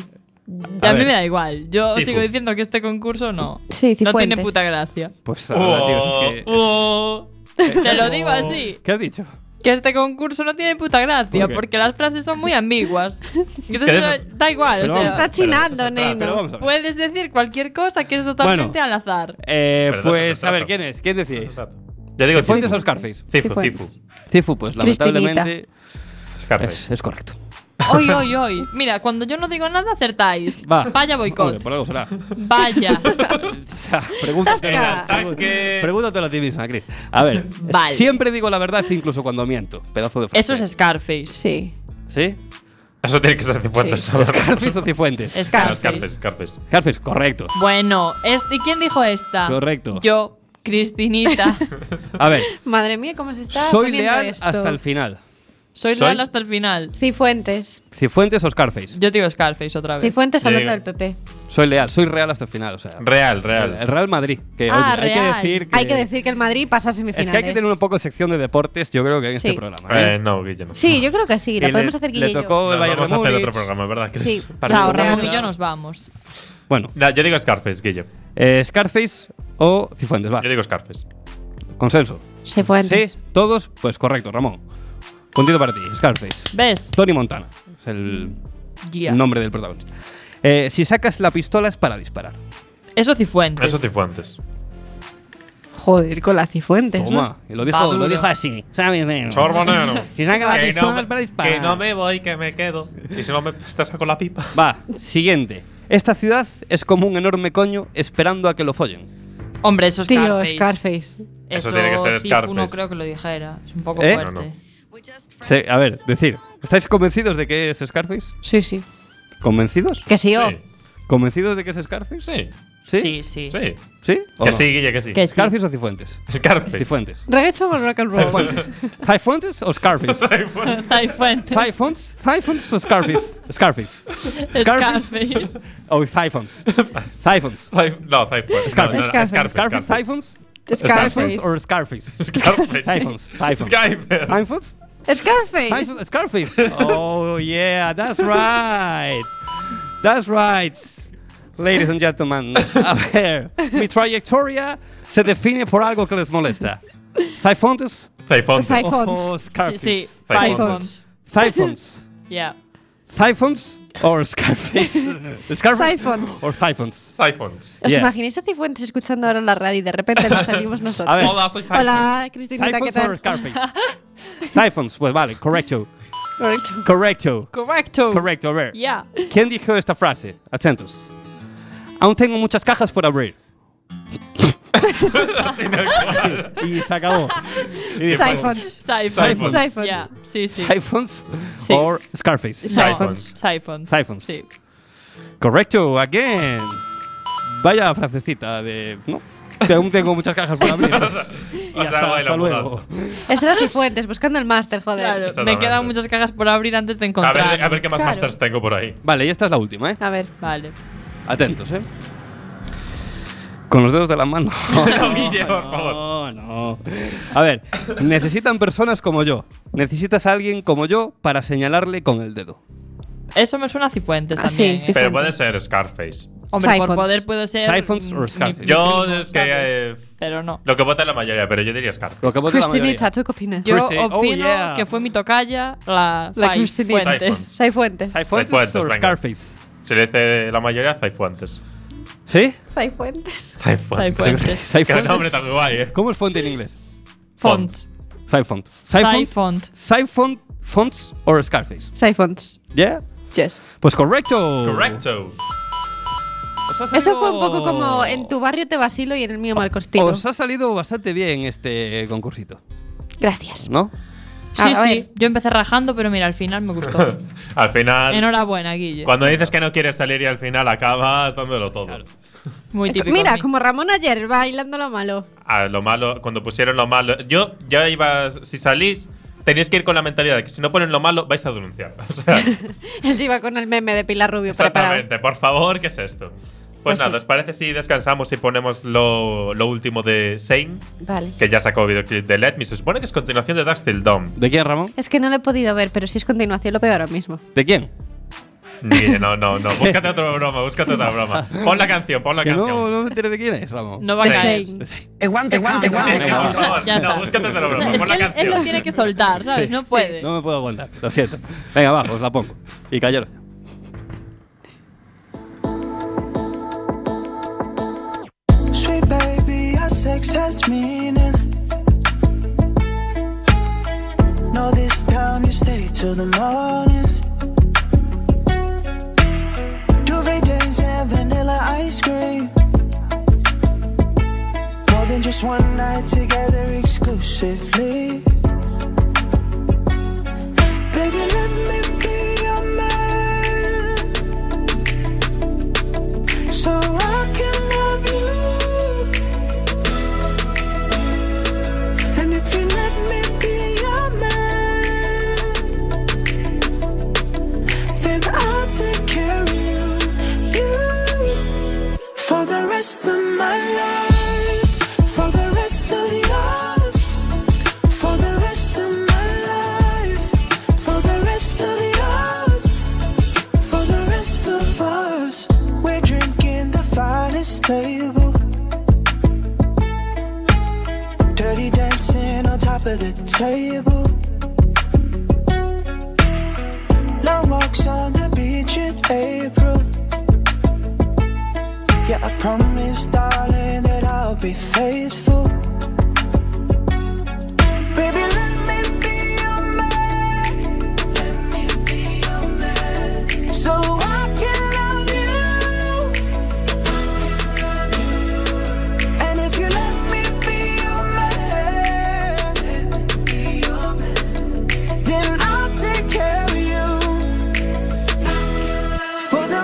D: a mí
B: ver.
D: me da igual. Yo
A: Cifu.
D: sigo diciendo que este concurso no.
C: Sí,
D: No tiene
C: Cifuentes.
D: puta gracia.
B: Pues, ahora, tío, es que-
A: Oh,
D: Te lo digo así.
B: ¿Qué has dicho?
D: Que este concurso no tiene puta gracia
B: Oh. ¿Por qué?
D: porque las frases son
B: *laughs*
D: muy ambiguas. Entonces,
A: Que de eso-
D: no- da igual.
B: Pero
D: o sea,
B: vamos-
C: Está chinando,
A: Pero eso se trata,
B: Pero
C: neno.
B: vamos a ver.
D: puedes decir cualquier cosa que es totalmente
B: Bueno.
D: al
B: *laughs*
D: azar.
B: Eh,
A: Pero de eso
B: pues,
A: se
B: a
A: trata.
B: ver, ¿quién es? ¿Quién
A: oh.
B: decís?
A: Yo digo
B: Fuentes o
A: Cifu.
B: Scarface.
A: Cifu, Cifu.
C: Cifuentes.
B: Cifu, pues lamentablemente eh, es,
A: Scarface.
B: es correcto.
D: Hoy, hoy, hoy. Mira, cuando yo no digo nada, acertáis.
B: Va.
D: Vaya
B: Hombre,
D: boicot.
B: por algo será. *laughs*
D: Vaya.
B: o sea, pregúntate,
C: Tasca.
A: Ataque.
B: pregúntatelo a ti misma, Chris. A ver,
D: Vale.
B: siempre digo la verdad incluso cuando miento. Pedazo de frase.
D: Eso es Scarface.
C: Sí.
B: ¿Sí?
A: Eso tiene que ser Cifuentes.
C: Sí.
B: Scarface o Cifuentes.
A: No,
D: Scarface.
A: Scarface, Scarface.
B: Scarface, correcto.
D: Bueno, es- ¿y quién dijo esta?
B: Correcto.
D: Yo, Cristinita.
B: *laughs* A ver,
C: Madre mía, cómo se está
B: soy
C: poniendo
B: leal
C: esto.
B: hasta el final.
D: Soy
A: Soy-
D: leal hasta el final.
C: Cifuentes.
B: Cifuentes o Scarface.
D: Yo digo Scarface otra vez.
C: Cifuentes
A: Llega.
C: hablando del PP.
B: Soy leal, soy real hasta el final. O sea,
A: Real,
B: el
A: real.
B: Real Madrid. Que,
D: Ah,
B: Eh, oye, Hay
D: real.
B: que decir que,
C: Hay que decir que el Madrid pasa a semifinales.
B: Es que hay que tener un poco de sección de deportes, yo creo que en
C: Sí.
B: este programa. ¿eh?
A: Eh, no, Guille, no.
C: Sí, yo creo que sí. La
B: Y
C: podemos hacer Guille
B: Le
C: y yo.
B: tocó
A: Nos
B: el Bayern
A: vamos
B: de
A: a hacer
B: Múnich.
A: otro programa, ¿verdad? Chris?
C: Sí.
B: Partido
D: Chao,
B: contra-
D: Ramón y yo nos vamos.
B: Bueno,
A: No, yo digo Scarface, Guille.
B: eh, Scarface o Cifuentes, va.
A: Yo digo Scarface.
B: Consenso.
C: Cifuentes.
B: Sí, todos, pues correcto, Ramón. Puntito para ti, Scarface.
D: ¿Ves?
B: Tony Montana es el
D: Gia.
B: nombre del protagonista. Eh, si sacas la pistola es para disparar.
D: Eso Cifuentes.
A: Eso Cifuentes.
C: Joder, con la Cifuentes. ¿no?
B: Toma, y lo dijo,
D: Maduro.
B: lo dijo así, ¿sabes? neno?
A: Sorbonero.
B: *laughs* Si saca la
A: Que
B: pistola
A: me-
B: es para disparar.
A: Que no me voy, que me quedo. Y si no me te saco la pipa.
B: Va, siguiente. Esta ciudad es como un enorme coño esperando a que lo follen.
D: Hombre, eso es
C: Tío,
D: Scarface.
C: Scarface.
A: Eso tiene que ser
D: Cifu
A: Scarface.
D: no creo que lo dijera. Es un poco
B: ¿Eh?
D: fuerte.
A: No, no.
B: Se- a ver, decir, ¿estáis convencidos de que es Scarface?
C: Sí, sí.
B: ¿Convencidos?
C: Que sí, oh.
A: Sí.
B: ¿Convencidos de que es Scarface?
A: Sí.
B: ¿Sí?
D: Sí, *laughs* sí.
A: Sí.
B: ¿Sí? ¿O
A: Que
B: no?
A: sí, Guille, que sí.
D: Que sí.
B: ¿Scarface o Cifuentes?
A: Scarface.
B: Cifuentes.
C: Reggaeton o rock and roll.
B: Cifuentes. ¿Cifuentes
A: *laughs*
B: o Scarface?
D: Cifuentes.
B: Typhons, Typhons o Scarface? Scarface.
D: Scarface. *laughs*
A: *laughs*
B: O Typhons. Typhons.
A: Cif- No, Cifuentes.
B: Scarface.
A: No, no, no, Scarface. Scarface.
B: Scarface, Typhons.
C: Scarface.
B: Typhons or Scarface.
A: *laughs* Scarface.
B: Typhons, Typhons.
A: Skype.
B: Typhons?
C: Scarface.
B: Typhons, Scarface. Oh yeah, that's right. That's right. Ladies and gentlemen, a ver, mi trayectoria se define por algo que les molesta. Zaifontes,
A: Zaifontes.
C: Zai- Typhoons.
B: o Scarface.
D: Sí,
A: Typhoons.
D: iPhones.
B: Typhoons.
D: Yeah.
B: Typhoons or Scarface. Scarface
C: Siphons.
B: or Typhoons.
A: Siphons.
C: ¿Os
B: Yeah.
C: imagináis a Cifuentes escuchando ahora la radio y de repente nos salimos nosotros?
B: *laughs* A ver.
A: Hola, soy Typhon.
C: Hola, Cristinita, ¿qué
B: Typhoons or
C: tal? *laughs*
B: Scarface. Typhoons, pues vale, correcto. Correcto.
D: Correcto.
B: Correcto, a ver.
D: Yeah.
B: ¿Quién dijo esta frase? Atentos. Aún tengo muchas cajas por
A: *laughs*
B: abrir. y se acabó. Y después,
C: Siphons.
D: Siphons.
C: Siphons.
D: Yeah. Sí, sí.
B: Typhoons
D: Sí.
B: or Scarface.
A: Siphons.
D: Siphons.
B: Siphons.
D: Sí.
B: Correcto, again. Vaya frasecita de. ¿No? Que Aún tengo muchas cajas
A: *laughs*
B: por abrir. y
A: O pues, sea,
B: hasta,
A: baila
B: hasta luego.
C: Ese era Cifuentes, buscando el máster, joder.
D: Claro, me
A: Exactamente.
D: quedan muchas cajas por abrir antes de
A: A
D: encontrar.
A: ver, a ver qué más
C: Claro.
A: masters tengo por ahí.
B: Vale, y esta es la última, ¿eh?
C: A ver.
A: *laughs*
D: Vale.
B: Atentos, ¿eh? Con los dedos de la mano.
A: No, Guille, por favor.
B: *laughs* No, no. A ver, necesitan personas como yo. Necesitas a alguien como yo para señalarle con el dedo.
D: Eso me suena a Cifuentes
C: Ah, sí,
D: también. ¿eh?
C: Cifuentes.
A: Pero puede ser Scarface.
D: Hombre, por
C: Siphons.
D: poder puede ser.
B: Siphons or
D: mm,
B: Scarface.
D: mi
A: Yo
D: primo,
A: es que.
D: ¿sabes?
A: eh,
D: Pero no.
A: lo que vota la mayoría, pero yo diría Scarface.
B: Lo que vota la mayoría.
C: Cristinita, ¿tú qué opinas?
D: Yo
B: Christi- oh,
D: opino
B: yeah.
D: que fue mi tocaya la,
C: La
D: Fai
C: Cristinita.
D: Fuentes.
A: Siphons.
C: Sifuentes.
B: Siphontes
A: Siphontes,
B: or
A: venga.
B: Scarface.
A: Si le dice la mayoría, Zaifuentes.
B: ¿Sí?
C: Sifuentes.
A: Zaifuentes.
D: Sifuentes.
A: *laughs* Qué
B: Siphontes.
A: nombre tan guay, eh.
B: ¿Cómo es fuente en inglés?
D: Font.
B: Siphont.
D: Fai
B: Siphont.
D: Font.
B: Siphont. Fonts or Scarface.
C: Sifuentes.
B: ¿Yeah?
C: Yes.
B: Pues correcto.
A: Correcto.
B: Os ha
C: Eso
B: salido-
C: fue un poco
B: Oh.
C: como en tu barrio te vacilo y en el mío Malcostino.
B: Os ha salido bastante bien este concursito,
C: Gracias. Ah,
B: ¿no?
D: Sí,
C: A ver.
D: sí. Yo empecé rajando, pero mira, al final me gustó.
A: Al final,
D: Enhorabuena, Guille.
A: cuando dices que no quieres salir y al final acabas dándolo todo.
D: Muy típico. a
C: Eh, Mira,
D: mí.
C: como Ramón ayer bailando lo malo. *laughs*
A: a lo malo, cuando pusieron lo malo. Yo ya iba, si salís, tenéis que ir con la mentalidad de que si no ponen lo malo, vais a denunciar. *laughs* O sea,
C: Él iba con el meme de Pilar Rubio preparado.
A: exactamente, por favor, ¿qué es esto? Pues,
C: Pues
A: nada,
C: sí.
A: ¿os parece si descansamos y ponemos lo, lo último de Sane?
C: Vale.
A: Que ya sacó videoclip de Let Me. Se supone que es continuación de Dust Till Dawn.
B: ¿De quién, Ramón?
C: Es que no lo he podido ver, pero si es continuación lo veo ahora mismo.
B: ¿De quién?
A: Ni- no, no, no. Búscate otra broma, búscate otra
C: *laughs*
A: broma. Pon la canción, pon la
B: Que
A: canción.
B: no, no me enteré de quién es, Ramón.
D: No va a
A: Sí.
D: caer.
C: Shane.
D: Ah,
A: Es que, por
B: Venga,
A: favor,
D: Ya
A: no,
D: está.
A: búscate otra broma,
D: Es
A: pon
D: que
A: la
D: él, él lo
A: canción.
D: tiene que soltar, ¿sabes? No puede.
B: No me puedo aguantar, lo siento. Venga, va, os la pongo. Y callaros.
E: Sweet baby, your sex has meaning. No, this time you stay till the morning. Duvet days and vanilla ice cream. More than just one night together exclusively. Baby, let me be your man so I can love you. And if you let me be your man, then I'll take care of you, you for the rest of my life, for the rest of yours. For the rest of my life, for the rest of yours for the rest of us. We're drinking the finest label. Dirty dancing on top of the table. Long walks on the beach in April. Yeah, I promise, darling, that I'll be faithful. Baby, let me be your man. Let me be your man. So I can love you. And if you let me be your man, then I'll take care of you. For the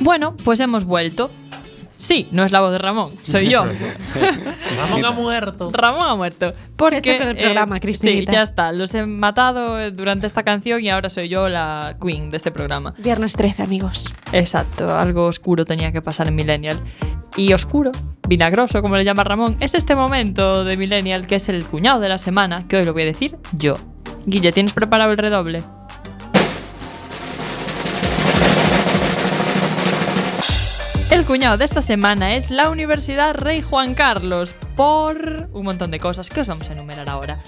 D: Bueno, pues hemos vuelto. Sí, no es la voz de Ramón, soy yo.
A: *laughs* Ramón ha muerto.
D: Ramón ha muerto. Porque, eh,
C: hecho con el programa,
D: Sí,
C: Cristinita.
D: ya está. Los he matado eh, durante esta canción y ahora soy yo la queen de este programa.
C: Viernes 13, amigos.
D: Exacto, algo oscuro tenía que pasar en Millennial. Y oscuro, vinagroso, como le llama Ramón, es este momento de Millennial que es el cuñado de la semana, que hoy lo voy a decir yo. Guille, ¿tienes preparado el redoble? El cuñado de esta semana es la Universidad Rey Juan Carlos por un montón de cosas que os vamos a enumerar ahora.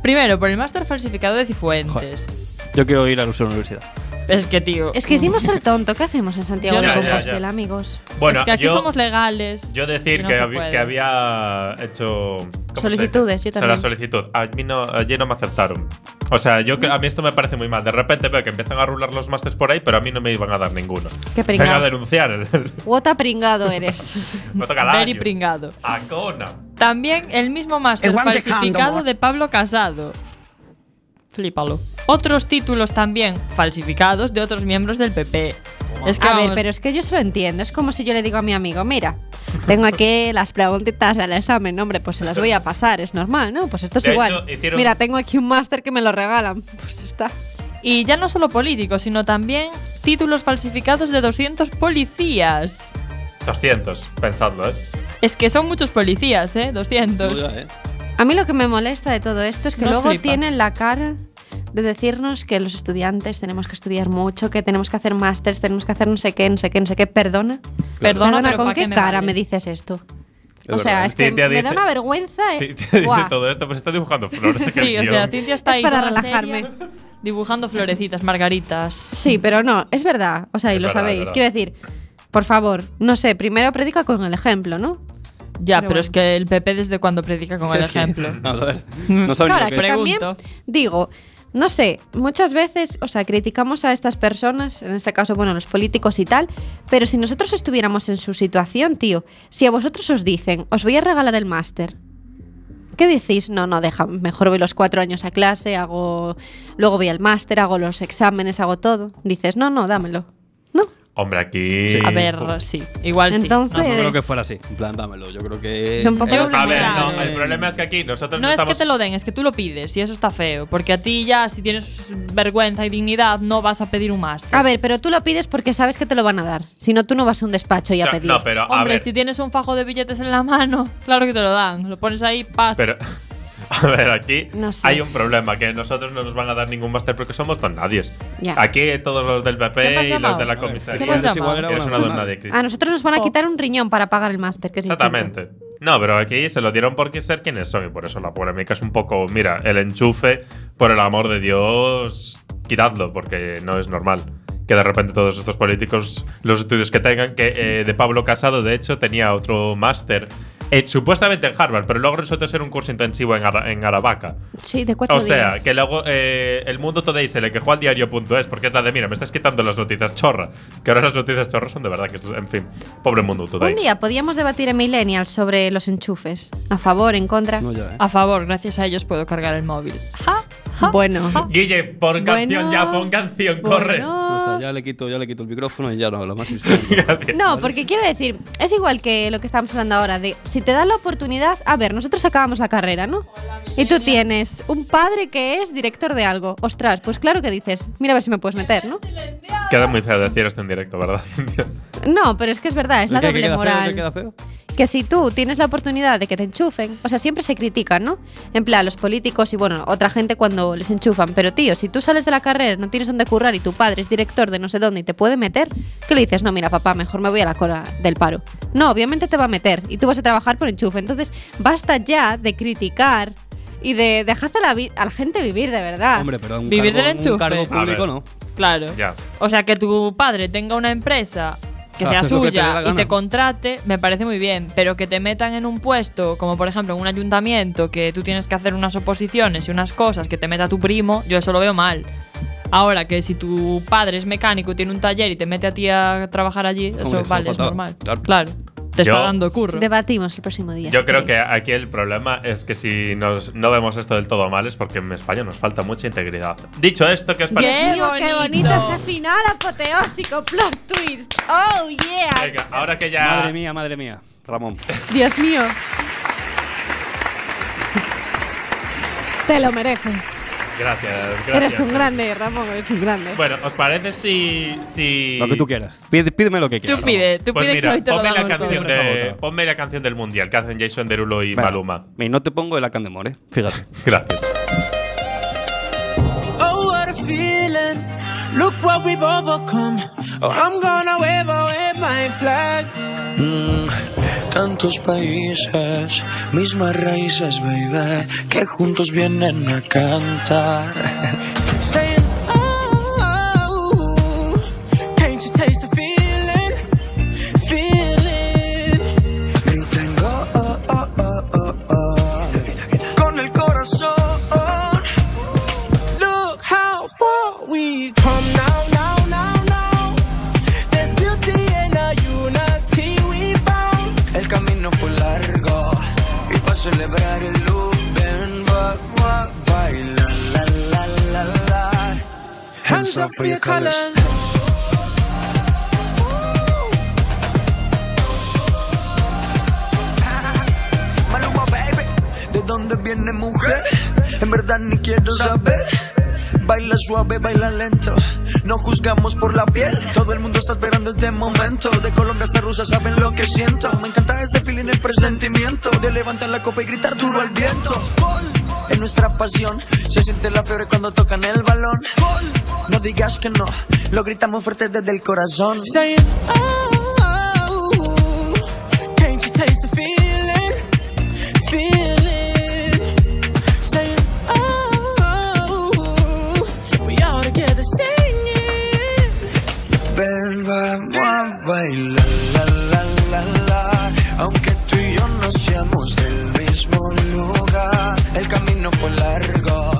D: Primero, por el máster falsificado de Cifuentes.
B: Yo quiero ir a la universidad.
D: Es que, tío.
C: Es que hicimos el tonto. ¿Qué hacemos en Santiago
D: Ya,
C: de
D: ya,
A: ya.
C: Compostela, amigos?
A: Bueno,
D: es que aquí
A: yo,
D: somos legales.
A: yo decir
D: y no
A: que,
D: se
A: hab-
D: puede.
A: que había hecho. ¿cómo se dice?
C: Solicitudes, yo
A: O sea, la
C: también.
A: solicitud. A mí no, ayer no me aceptaron. O sea, yo que- a mí esto me parece muy mal. De repente veo que empiezan a rular los másters por ahí, pero a mí no me iban a dar ninguno. Venga
C: Qué
A: a
C: pringado.
A: denunciar.
C: *laughs*
A: me
C: Guota pringado eres.
A: toca la
D: Very
A: año.
D: pringado.
A: Acona.
D: También el mismo máster falsificado de Pablo Casado. Flípalo. Otros títulos también falsificados de otros miembros del PP. Es que
C: A
D: vamos,
C: ver, pero es que yo se lo entiendo. Es como si yo le digo a mi amigo, mira, tengo aquí las preguntitas del examen. Hombre, pues se las voy a pasar, es normal, ¿no? Pues esto es
A: De
C: igual.
A: hecho, hicieron-
C: Mira, tengo aquí un máster que me lo regalan. *laughs* Pues está.
D: Y ya no solo políticos, sino también títulos falsificados de 200 policías.
A: 200, pensando, ¿eh?
D: Es que son muchos policías, ¿eh? 200.
C: A mí lo que me molesta de todo esto es que
D: Nos
C: luego
D: flipa.
C: tienen la cara de decirnos que los estudiantes tenemos que estudiar mucho, que tenemos que hacer másters, tenemos que hacer no sé qué, no sé qué, no sé qué. Perdona.
D: Perdona, pero
C: ¿con
D: ¿pa'
C: qué
D: me
C: cara
D: vales?
C: me dices esto?
B: Es
C: o sea,
B: verdad.
C: es que
A: Cintia
C: me da
A: dice-
C: una vergüenza.
A: Sí, *laughs*
C: Eh.
A: te dice
C: Buah.
A: todo esto, pues está dibujando flores. *laughs* en
D: Sí,
A: el
D: o sea,
A: guión.
D: Cintia está
C: Es
D: ahí
C: para
D: toda seria,
C: relajarme.
D: dibujando florecitas, margaritas.
C: Sí, pero no, es verdad. O sea, y
A: Es
C: lo
A: verdad,
C: sabéis.
A: es
C: Quiero
A: verdad.
C: decir, por favor, no sé, primero predica con el ejemplo, ¿no?
D: Ya, pero,
C: Pero
D: es que el PP desde cuando predica con el
B: Es que-
A: *laughs*
D: ejemplo.
B: a ver, no saben
C: Claro,
B: ni
C: que
B: lo que
C: también
B: es.
D: Pregunto.
C: digo, no sé, muchas veces, o sea, criticamos a estas personas, en este caso, bueno, los políticos y tal, pero si nosotros estuviéramos en su situación, tío, si a vosotros os dicen, os voy a regalar el máster. ¿Qué decís? No, no, deja, mejor voy los cuatro años a clase, hago, luego voy al máster, hago los exámenes, hago todo. Dices, no, no, dámelo. No,
A: Hombre, aquí.
D: A ver, sí, igual sí.
C: Entonces-
D: No,
B: No creo
C: Eres-
B: que fuera así. En plan, dámelo. Yo creo que.
C: Es un poco
D: Yo-
C: doble
A: A ver,
C: moral.
A: no, el problema es que aquí nosotros
D: No
A: no,
D: es que
A: estamos.
D: te lo den, es que tú lo pides y eso está feo. Porque a ti ya, si tienes vergüenza y dignidad, no vas a pedir un máster.
C: A ver, pero tú lo pides porque sabes que te lo van a dar. Si no, tú no vas a un despacho y a
A: No,
C: pedir.
A: no, pero a
D: Hombre,
A: ver.
D: si tienes un fajo de billetes en la mano, claro que te lo dan. Lo pones ahí, pas.
A: Pero, *laughs* a ver, aquí
C: No sé.
A: hay un problema, que nosotros no nos van a dar ningún máster porque somos don nadies.
C: Ya.
A: Aquí todos los del
D: ¿Qué me has
A: PP y los
D: llamado?
A: de la
D: A ver,
A: comisaría.
D: ¿qué me has
A: Eres
D: llamado?
B: Era
A: una
B: una
A: don
B: dona.
A: nadie, Cris.
C: A nosotros nos van a
D: Jo.
C: quitar un riñón para pagar el máster, que es distinto.
A: Exactamente. No, pero aquí se lo dieron porque ser quienes son y por eso la polémica es un poco, mira, el enchufe, por el amor de Dios, quitadlo porque no es normal que de repente todos estos políticos los estudios que tengan, que eh, de Pablo Casado de hecho tenía otro máster. eh, supuestamente en Harvard, pero luego resultó ser un curso intensivo en, Ara- en Aravaca.
C: Sí, de cuatro
A: O sea,
C: días.
A: que luego eh, el mundo today se le quejó al diario.es porque es la de, mira, me estás quitando las noticias chorra. Que ahora las noticias chorra son de verdad, que es- en fin, pobre mundo today.
C: Un día podíamos debatir en Millennial sobre los enchufes. A favor, en contra. Ah,
B: No, ya, ¿eh?
D: A favor, gracias a ellos puedo cargar el móvil. Ja, ja.
C: bueno.
A: Guille, por canción
C: Bueno. pues
A: ya, pon canción,
C: Bueno.
A: corre.
B: No está, ya le quito, ya le quito el micrófono y ya no hablo más. Cristian.
A: *laughs* Gracias.
C: No, porque quiero decir, es igual que lo que estábamos hablando ahora, de si te da la oportunidad, a ver, nosotros acabamos la carrera, ¿no? Y tú tienes un padre que es director de algo. Ostras, pues claro que dices, mira a ver si me puedes meter, ¿no?
A: Queda muy feo decir esto en directo, ¿verdad? *laughs*
C: No, pero es que es verdad, es la
B: ¿Qué-
C: doble
B: qué queda feo? ¿Qué
C: moral.
B: queda feo?
C: que si tú tienes la oportunidad de que te enchufen, o sea, siempre se critican, ¿no? En plan, los políticos y bueno, otra gente cuando les enchufan, pero tío, si tú sales de la carrera, no tienes dónde currar y tu padre es director de no sé dónde y te puede meter, ¿qué le dices? No, mira, papá, mejor me voy a la cola del paro. No, obviamente te va a meter y tú vas a trabajar por enchufe. Entonces, basta ya de criticar y de dejar a la, vi- a la gente vivir de verdad.
B: Hombre, perdón.
D: Vivir del enchufe.
B: Un cargo
D: A
A: ver.
B: público, ¿no.
D: Claro.
A: ya.
D: O sea, que tu padre tenga una empresa que sea
B: Haces lo que te dé la
D: suya y
B: gana.
D: te contrate, me parece muy bien, pero que te metan en un puesto, como por ejemplo en un ayuntamiento, que tú tienes que hacer unas oposiciones y unas cosas, que te meta tu primo, yo eso lo veo mal. Ahora, que si tu padre es mecánico y tiene un taller y te mete a ti a trabajar allí, eso
B: Hombre, eso
D: vale, es
B: faltaba.
D: normal. Claro.
B: Claro.
D: Te Te está
A: Yo-
D: dando curro.
C: Debatimos el próximo día.
A: Yo
C: si
A: creo que
C: queréis.
A: aquí el problema es que si nos, no vemos esto del todo mal es porque en España nos falta mucha integridad. Dicho esto, ¿qué os
D: Bien.
A: parece?
C: Dios mío, ¡Qué bonito
D: bonito!
C: este final apoteósico! ¡Plot twist! ¡Oh, yeah!
A: Venga, ahora que ya.
B: Madre mía, madre mía. Ramón.
C: Dios mío. Te lo mereces.
A: Gracias, gracias.
C: eres un grande, Ramón, eres un grande.
A: Bueno, ¿os parece si. si
B: Lo que tú quieras. Pide- pídeme lo que quieras.
D: Tú
B: Ramón.
D: pide, tú
A: Pues
D: pide que
A: mira,
D: hoy te lo
A: ponme la,
D: damos
A: canción
D: todo.
B: todo.
A: de, ponme la canción del mundial que hacen Jason Derulo y
B: Venga.
A: Maluma.
B: Y no te pongo el ¿eh? Acandemore, fíjate.
A: Gracias.
E: Oh, what a feeling. Look what we've overcome. Oh, I'm gonna wave, oh, wave my flag.
I: Mm, Tantos países, mismas raíces, baby, que juntos vienen a cantar.
E: Saying, oh, can't you taste the feeling? Feeling.
I: Griten, oh, oh, oh, oh, oh, oh.
E: Con el corazón. Look how far we've come now, now, now, now. There's beauty in our unity we found.
I: El camino fue largo y para celebrar el loop, ven, va, va, baila, la, la, la, la.
E: Hands up for your colors.
I: Ah, Maluma, baby, ¿de dónde viene mujer? En verdad ni quiero saber. Baila suave, baila lento. No juzgamos por la piel. Todo el mundo está esperando este momento. De Colombia hasta Rusia saben lo que siento. Me encanta este feeling, el presentimiento. De levantar la copa y gritar duro al viento. Gol. En nuestra pasión se siente la fiebre cuando tocan el balón. Gol. No digas que no, lo gritamos fuerte desde el corazón.
E: saying, oh, can't you taste the feeling? Feeling. Saying, oh, we all together singing.
I: Ven, vamos a bailar, la, la, la, la. Aunque tú y yo no seamos del mismo lugar, el camino fue largo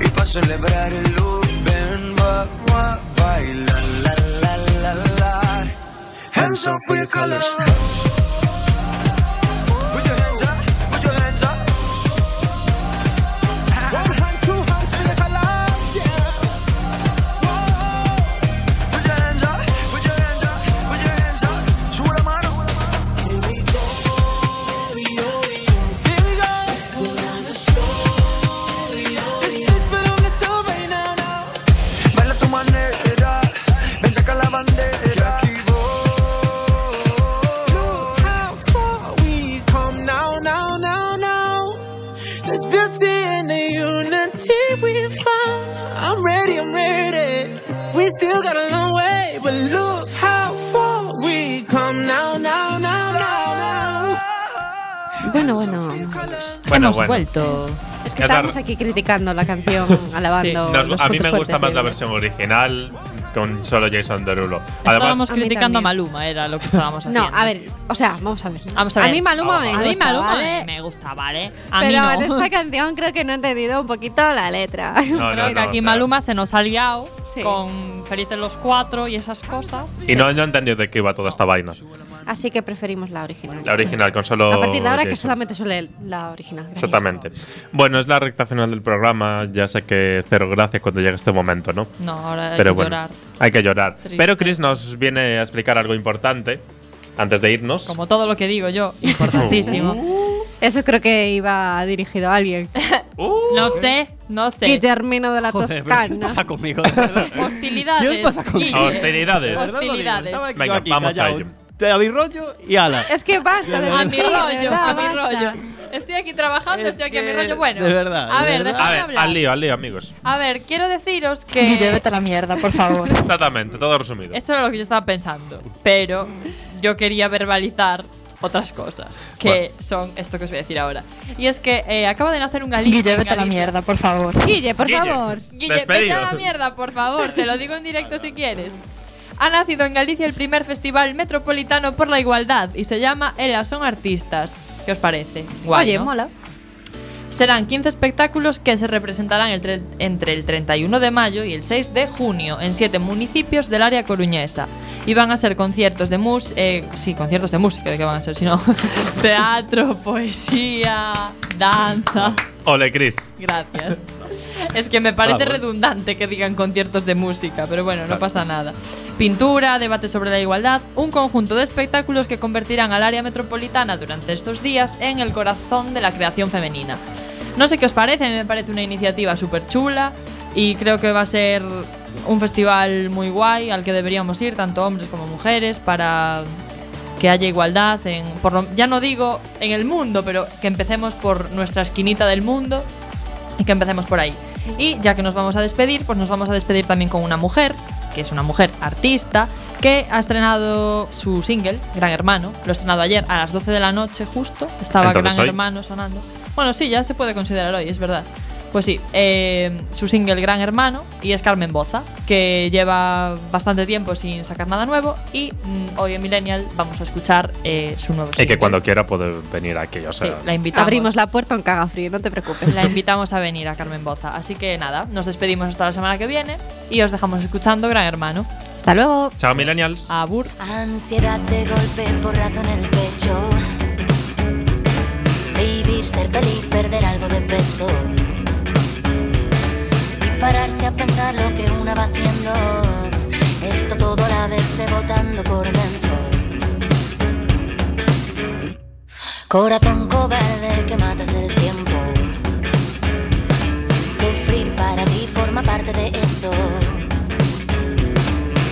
I: y para celebrar el look, ven, vamos a bailar, la, la, la, la. Hands up for your colors. Put your hands up, put your hands up.
E: One hand, two hands for the colors, yeah. Whoa.
I: Put your hands up, put your hands up, put your hands up. Sube la mano. Here we
E: Here we
I: go.
E: go. It's different on the soul right now, now.
I: Baila tu manera, ven saca la bandera. Que aquí voy.
E: Look how far we come now, now, now, now. There's beauty in the unity we found. I'm ready, I'm ready. We still got a long way, but look how far we come now, now, now, now,
C: Bueno, bueno.
A: Bueno,
D: Hemos
A: bueno.
D: vuelto.
C: Es que
A: Es la-
C: estábamos aquí criticando la
A: *laughs*
C: canción, alabando.
A: Nos-
C: los
A: a mí
C: puntos
A: me gusta
C: fuertes
A: más
C: de
A: la
C: ella.
A: versión original con solo Jason Derulo.
D: Estábamos
A: Además,
C: A mí
D: criticando a
C: también.
D: Maluma, era lo que estábamos haciendo.
C: No, a ver, o sea, vamos a ver.
D: Vamos a ver.
C: mí Maluma me
D: a
C: gusta.
D: mí Maluma
C: ¿vale?
D: me gusta, ¿vale? A mí
C: Pero
D: no.
C: en
D: *laughs*
C: esta canción creo que no he entendido un poquito la letra.
A: no, no,
D: Creo que
A: no,
D: aquí
A: o sea,
D: Maluma se nos ha liado
C: Sí.
D: con Felices los Cuatro y esas cosas.
A: Y no, no he entendido de qué iba toda esta vaina.
C: Así que preferimos la original.
A: La original con solo.
C: A partir de ahora que
A: Jason.
C: solamente suele la original. gracias.
A: Exactamente. Bueno, es la recta final del programa. Ya sé que cero gracias cuando llega este momento, ¿no?
D: No, ahora hay
A: Pero
D: que
A: bueno,
D: llorar.
A: hay que llorar.
D: Triste.
A: Pero Chris nos viene a explicar algo importante antes de irnos.
D: Como todo lo que digo yo,
A: *laughs*
D: importantísimo.
C: Eso creo que iba dirigido a alguien.
A: Uh,
D: *laughs* no sé, no sé.
C: Guillermino de la
B: Joder, pero ¿qué
D: *laughs*
C: Toscana.
B: pasa conmigo? de verdad?
D: Hostilidades.
B: ¿Qué pasa con-
D: Guille.
A: Hostilidades.
B: De verdad lo digo,
D: Hostilidades.
B: estaba yo
A: Venga,
B: aquí
A: vamos a
B: callado.
A: ello.
B: Te habéis rollo y ala.
C: Es que basta de
D: A mi
C: mentir, de
D: rollo,
C: verdad,
D: a mi
C: basta.
D: rollo. Estoy aquí trabajando,
B: Es
D: estoy aquí a mi
B: que,
D: rollo. Bueno,
B: de verdad,
D: A
B: de
D: ver,
B: verdad.
A: A
D: dejadme
A: ver,
D: hablar.
A: al lío, al lío, amigos.
D: A ver, quiero deciros que.
J: la mierda, por
D: *laughs*
J: favor.
A: Exactamente, todo resumido.
D: Eso era lo que yo estaba pensando. Pero yo quería verbalizar otras cosas que
A: Bueno.
D: son esto que os voy a decir ahora. Y es que eh, acaba de nacer un galindo.
J: Guille, vete a la mierda, por favor.
C: Guille, por
A: Guille.
C: favor.
D: Guille, vete
A: Despedido.
D: a la mierda, por favor. Te lo digo en directo si quieres. Ha nacido en Galicia el primer festival metropolitano por la igualdad y se llama Elas son artistas. ¿Qué os parece? Guay,
C: Oye,
D: ¿no?
C: mola.
D: Serán 15 espectáculos que se representarán el tre- entre el 31 de mayo y el 6 de junio en 7 municipios del área coruñesa. Y van a ser conciertos de música, sí, conciertos de música, ¿de qué van a ser? Si no, *laughs* teatro, poesía, danza.
A: Ole, Chris.
D: Gracias. Es que me parece
B: Bravo.
D: redundante que digan conciertos de música, pero bueno, no pasa nada. Pintura, debate sobre la igualdad, un conjunto de espectáculos que convertirán al área metropolitana durante estos días en el corazón de la creación femenina. No sé qué os parece, a mí me parece una iniciativa súper chula y creo que va a ser un festival muy guay al que deberíamos ir, tanto hombres como mujeres, para que haya igualdad en por lo- ya no digo en el mundo, pero que empecemos por nuestra esquinita del mundo y que empecemos por ahí. Y ya que nos vamos a despedir, pues nos vamos a despedir también con una mujer, que es una mujer artista, que ha estrenado su single, Gran Hermano. Lo ha estrenado ayer a las 12 de la noche justo. Estaba
A: Entonces,
D: Gran
A: hoy.
D: Hermano sonando. Bueno, sí, ya se puede considerar hoy, es verdad. Pues sí, eh, su single Gran Hermano y es Carmen Boza, que lleva bastante tiempo sin sacar nada nuevo y mm, hoy en Millennial vamos a escuchar eh, su nuevo single.
A: Y que cuando quiera puede venir aquí, o
D: Sí,
A: sea.
D: la invitamos.
C: Abrimos la puerta en caga frío, no te preocupes.
D: La invitamos a venir a Carmen Boza. Así que nada, nos despedimos hasta la semana que viene y os dejamos escuchando Gran Hermano.
C: Hasta luego.
A: Chao, Millennials.
D: Abur.
K: Ansiedad de golpe, porrazo en el pecho. Vivir, ser feliz, perder algo de peso. Y pararse a pensar lo que una va haciendo. Está todo a la vez rebotando por dentro. Corazón cobarde que matas el tiempo. Sufrir para ti forma parte de esto.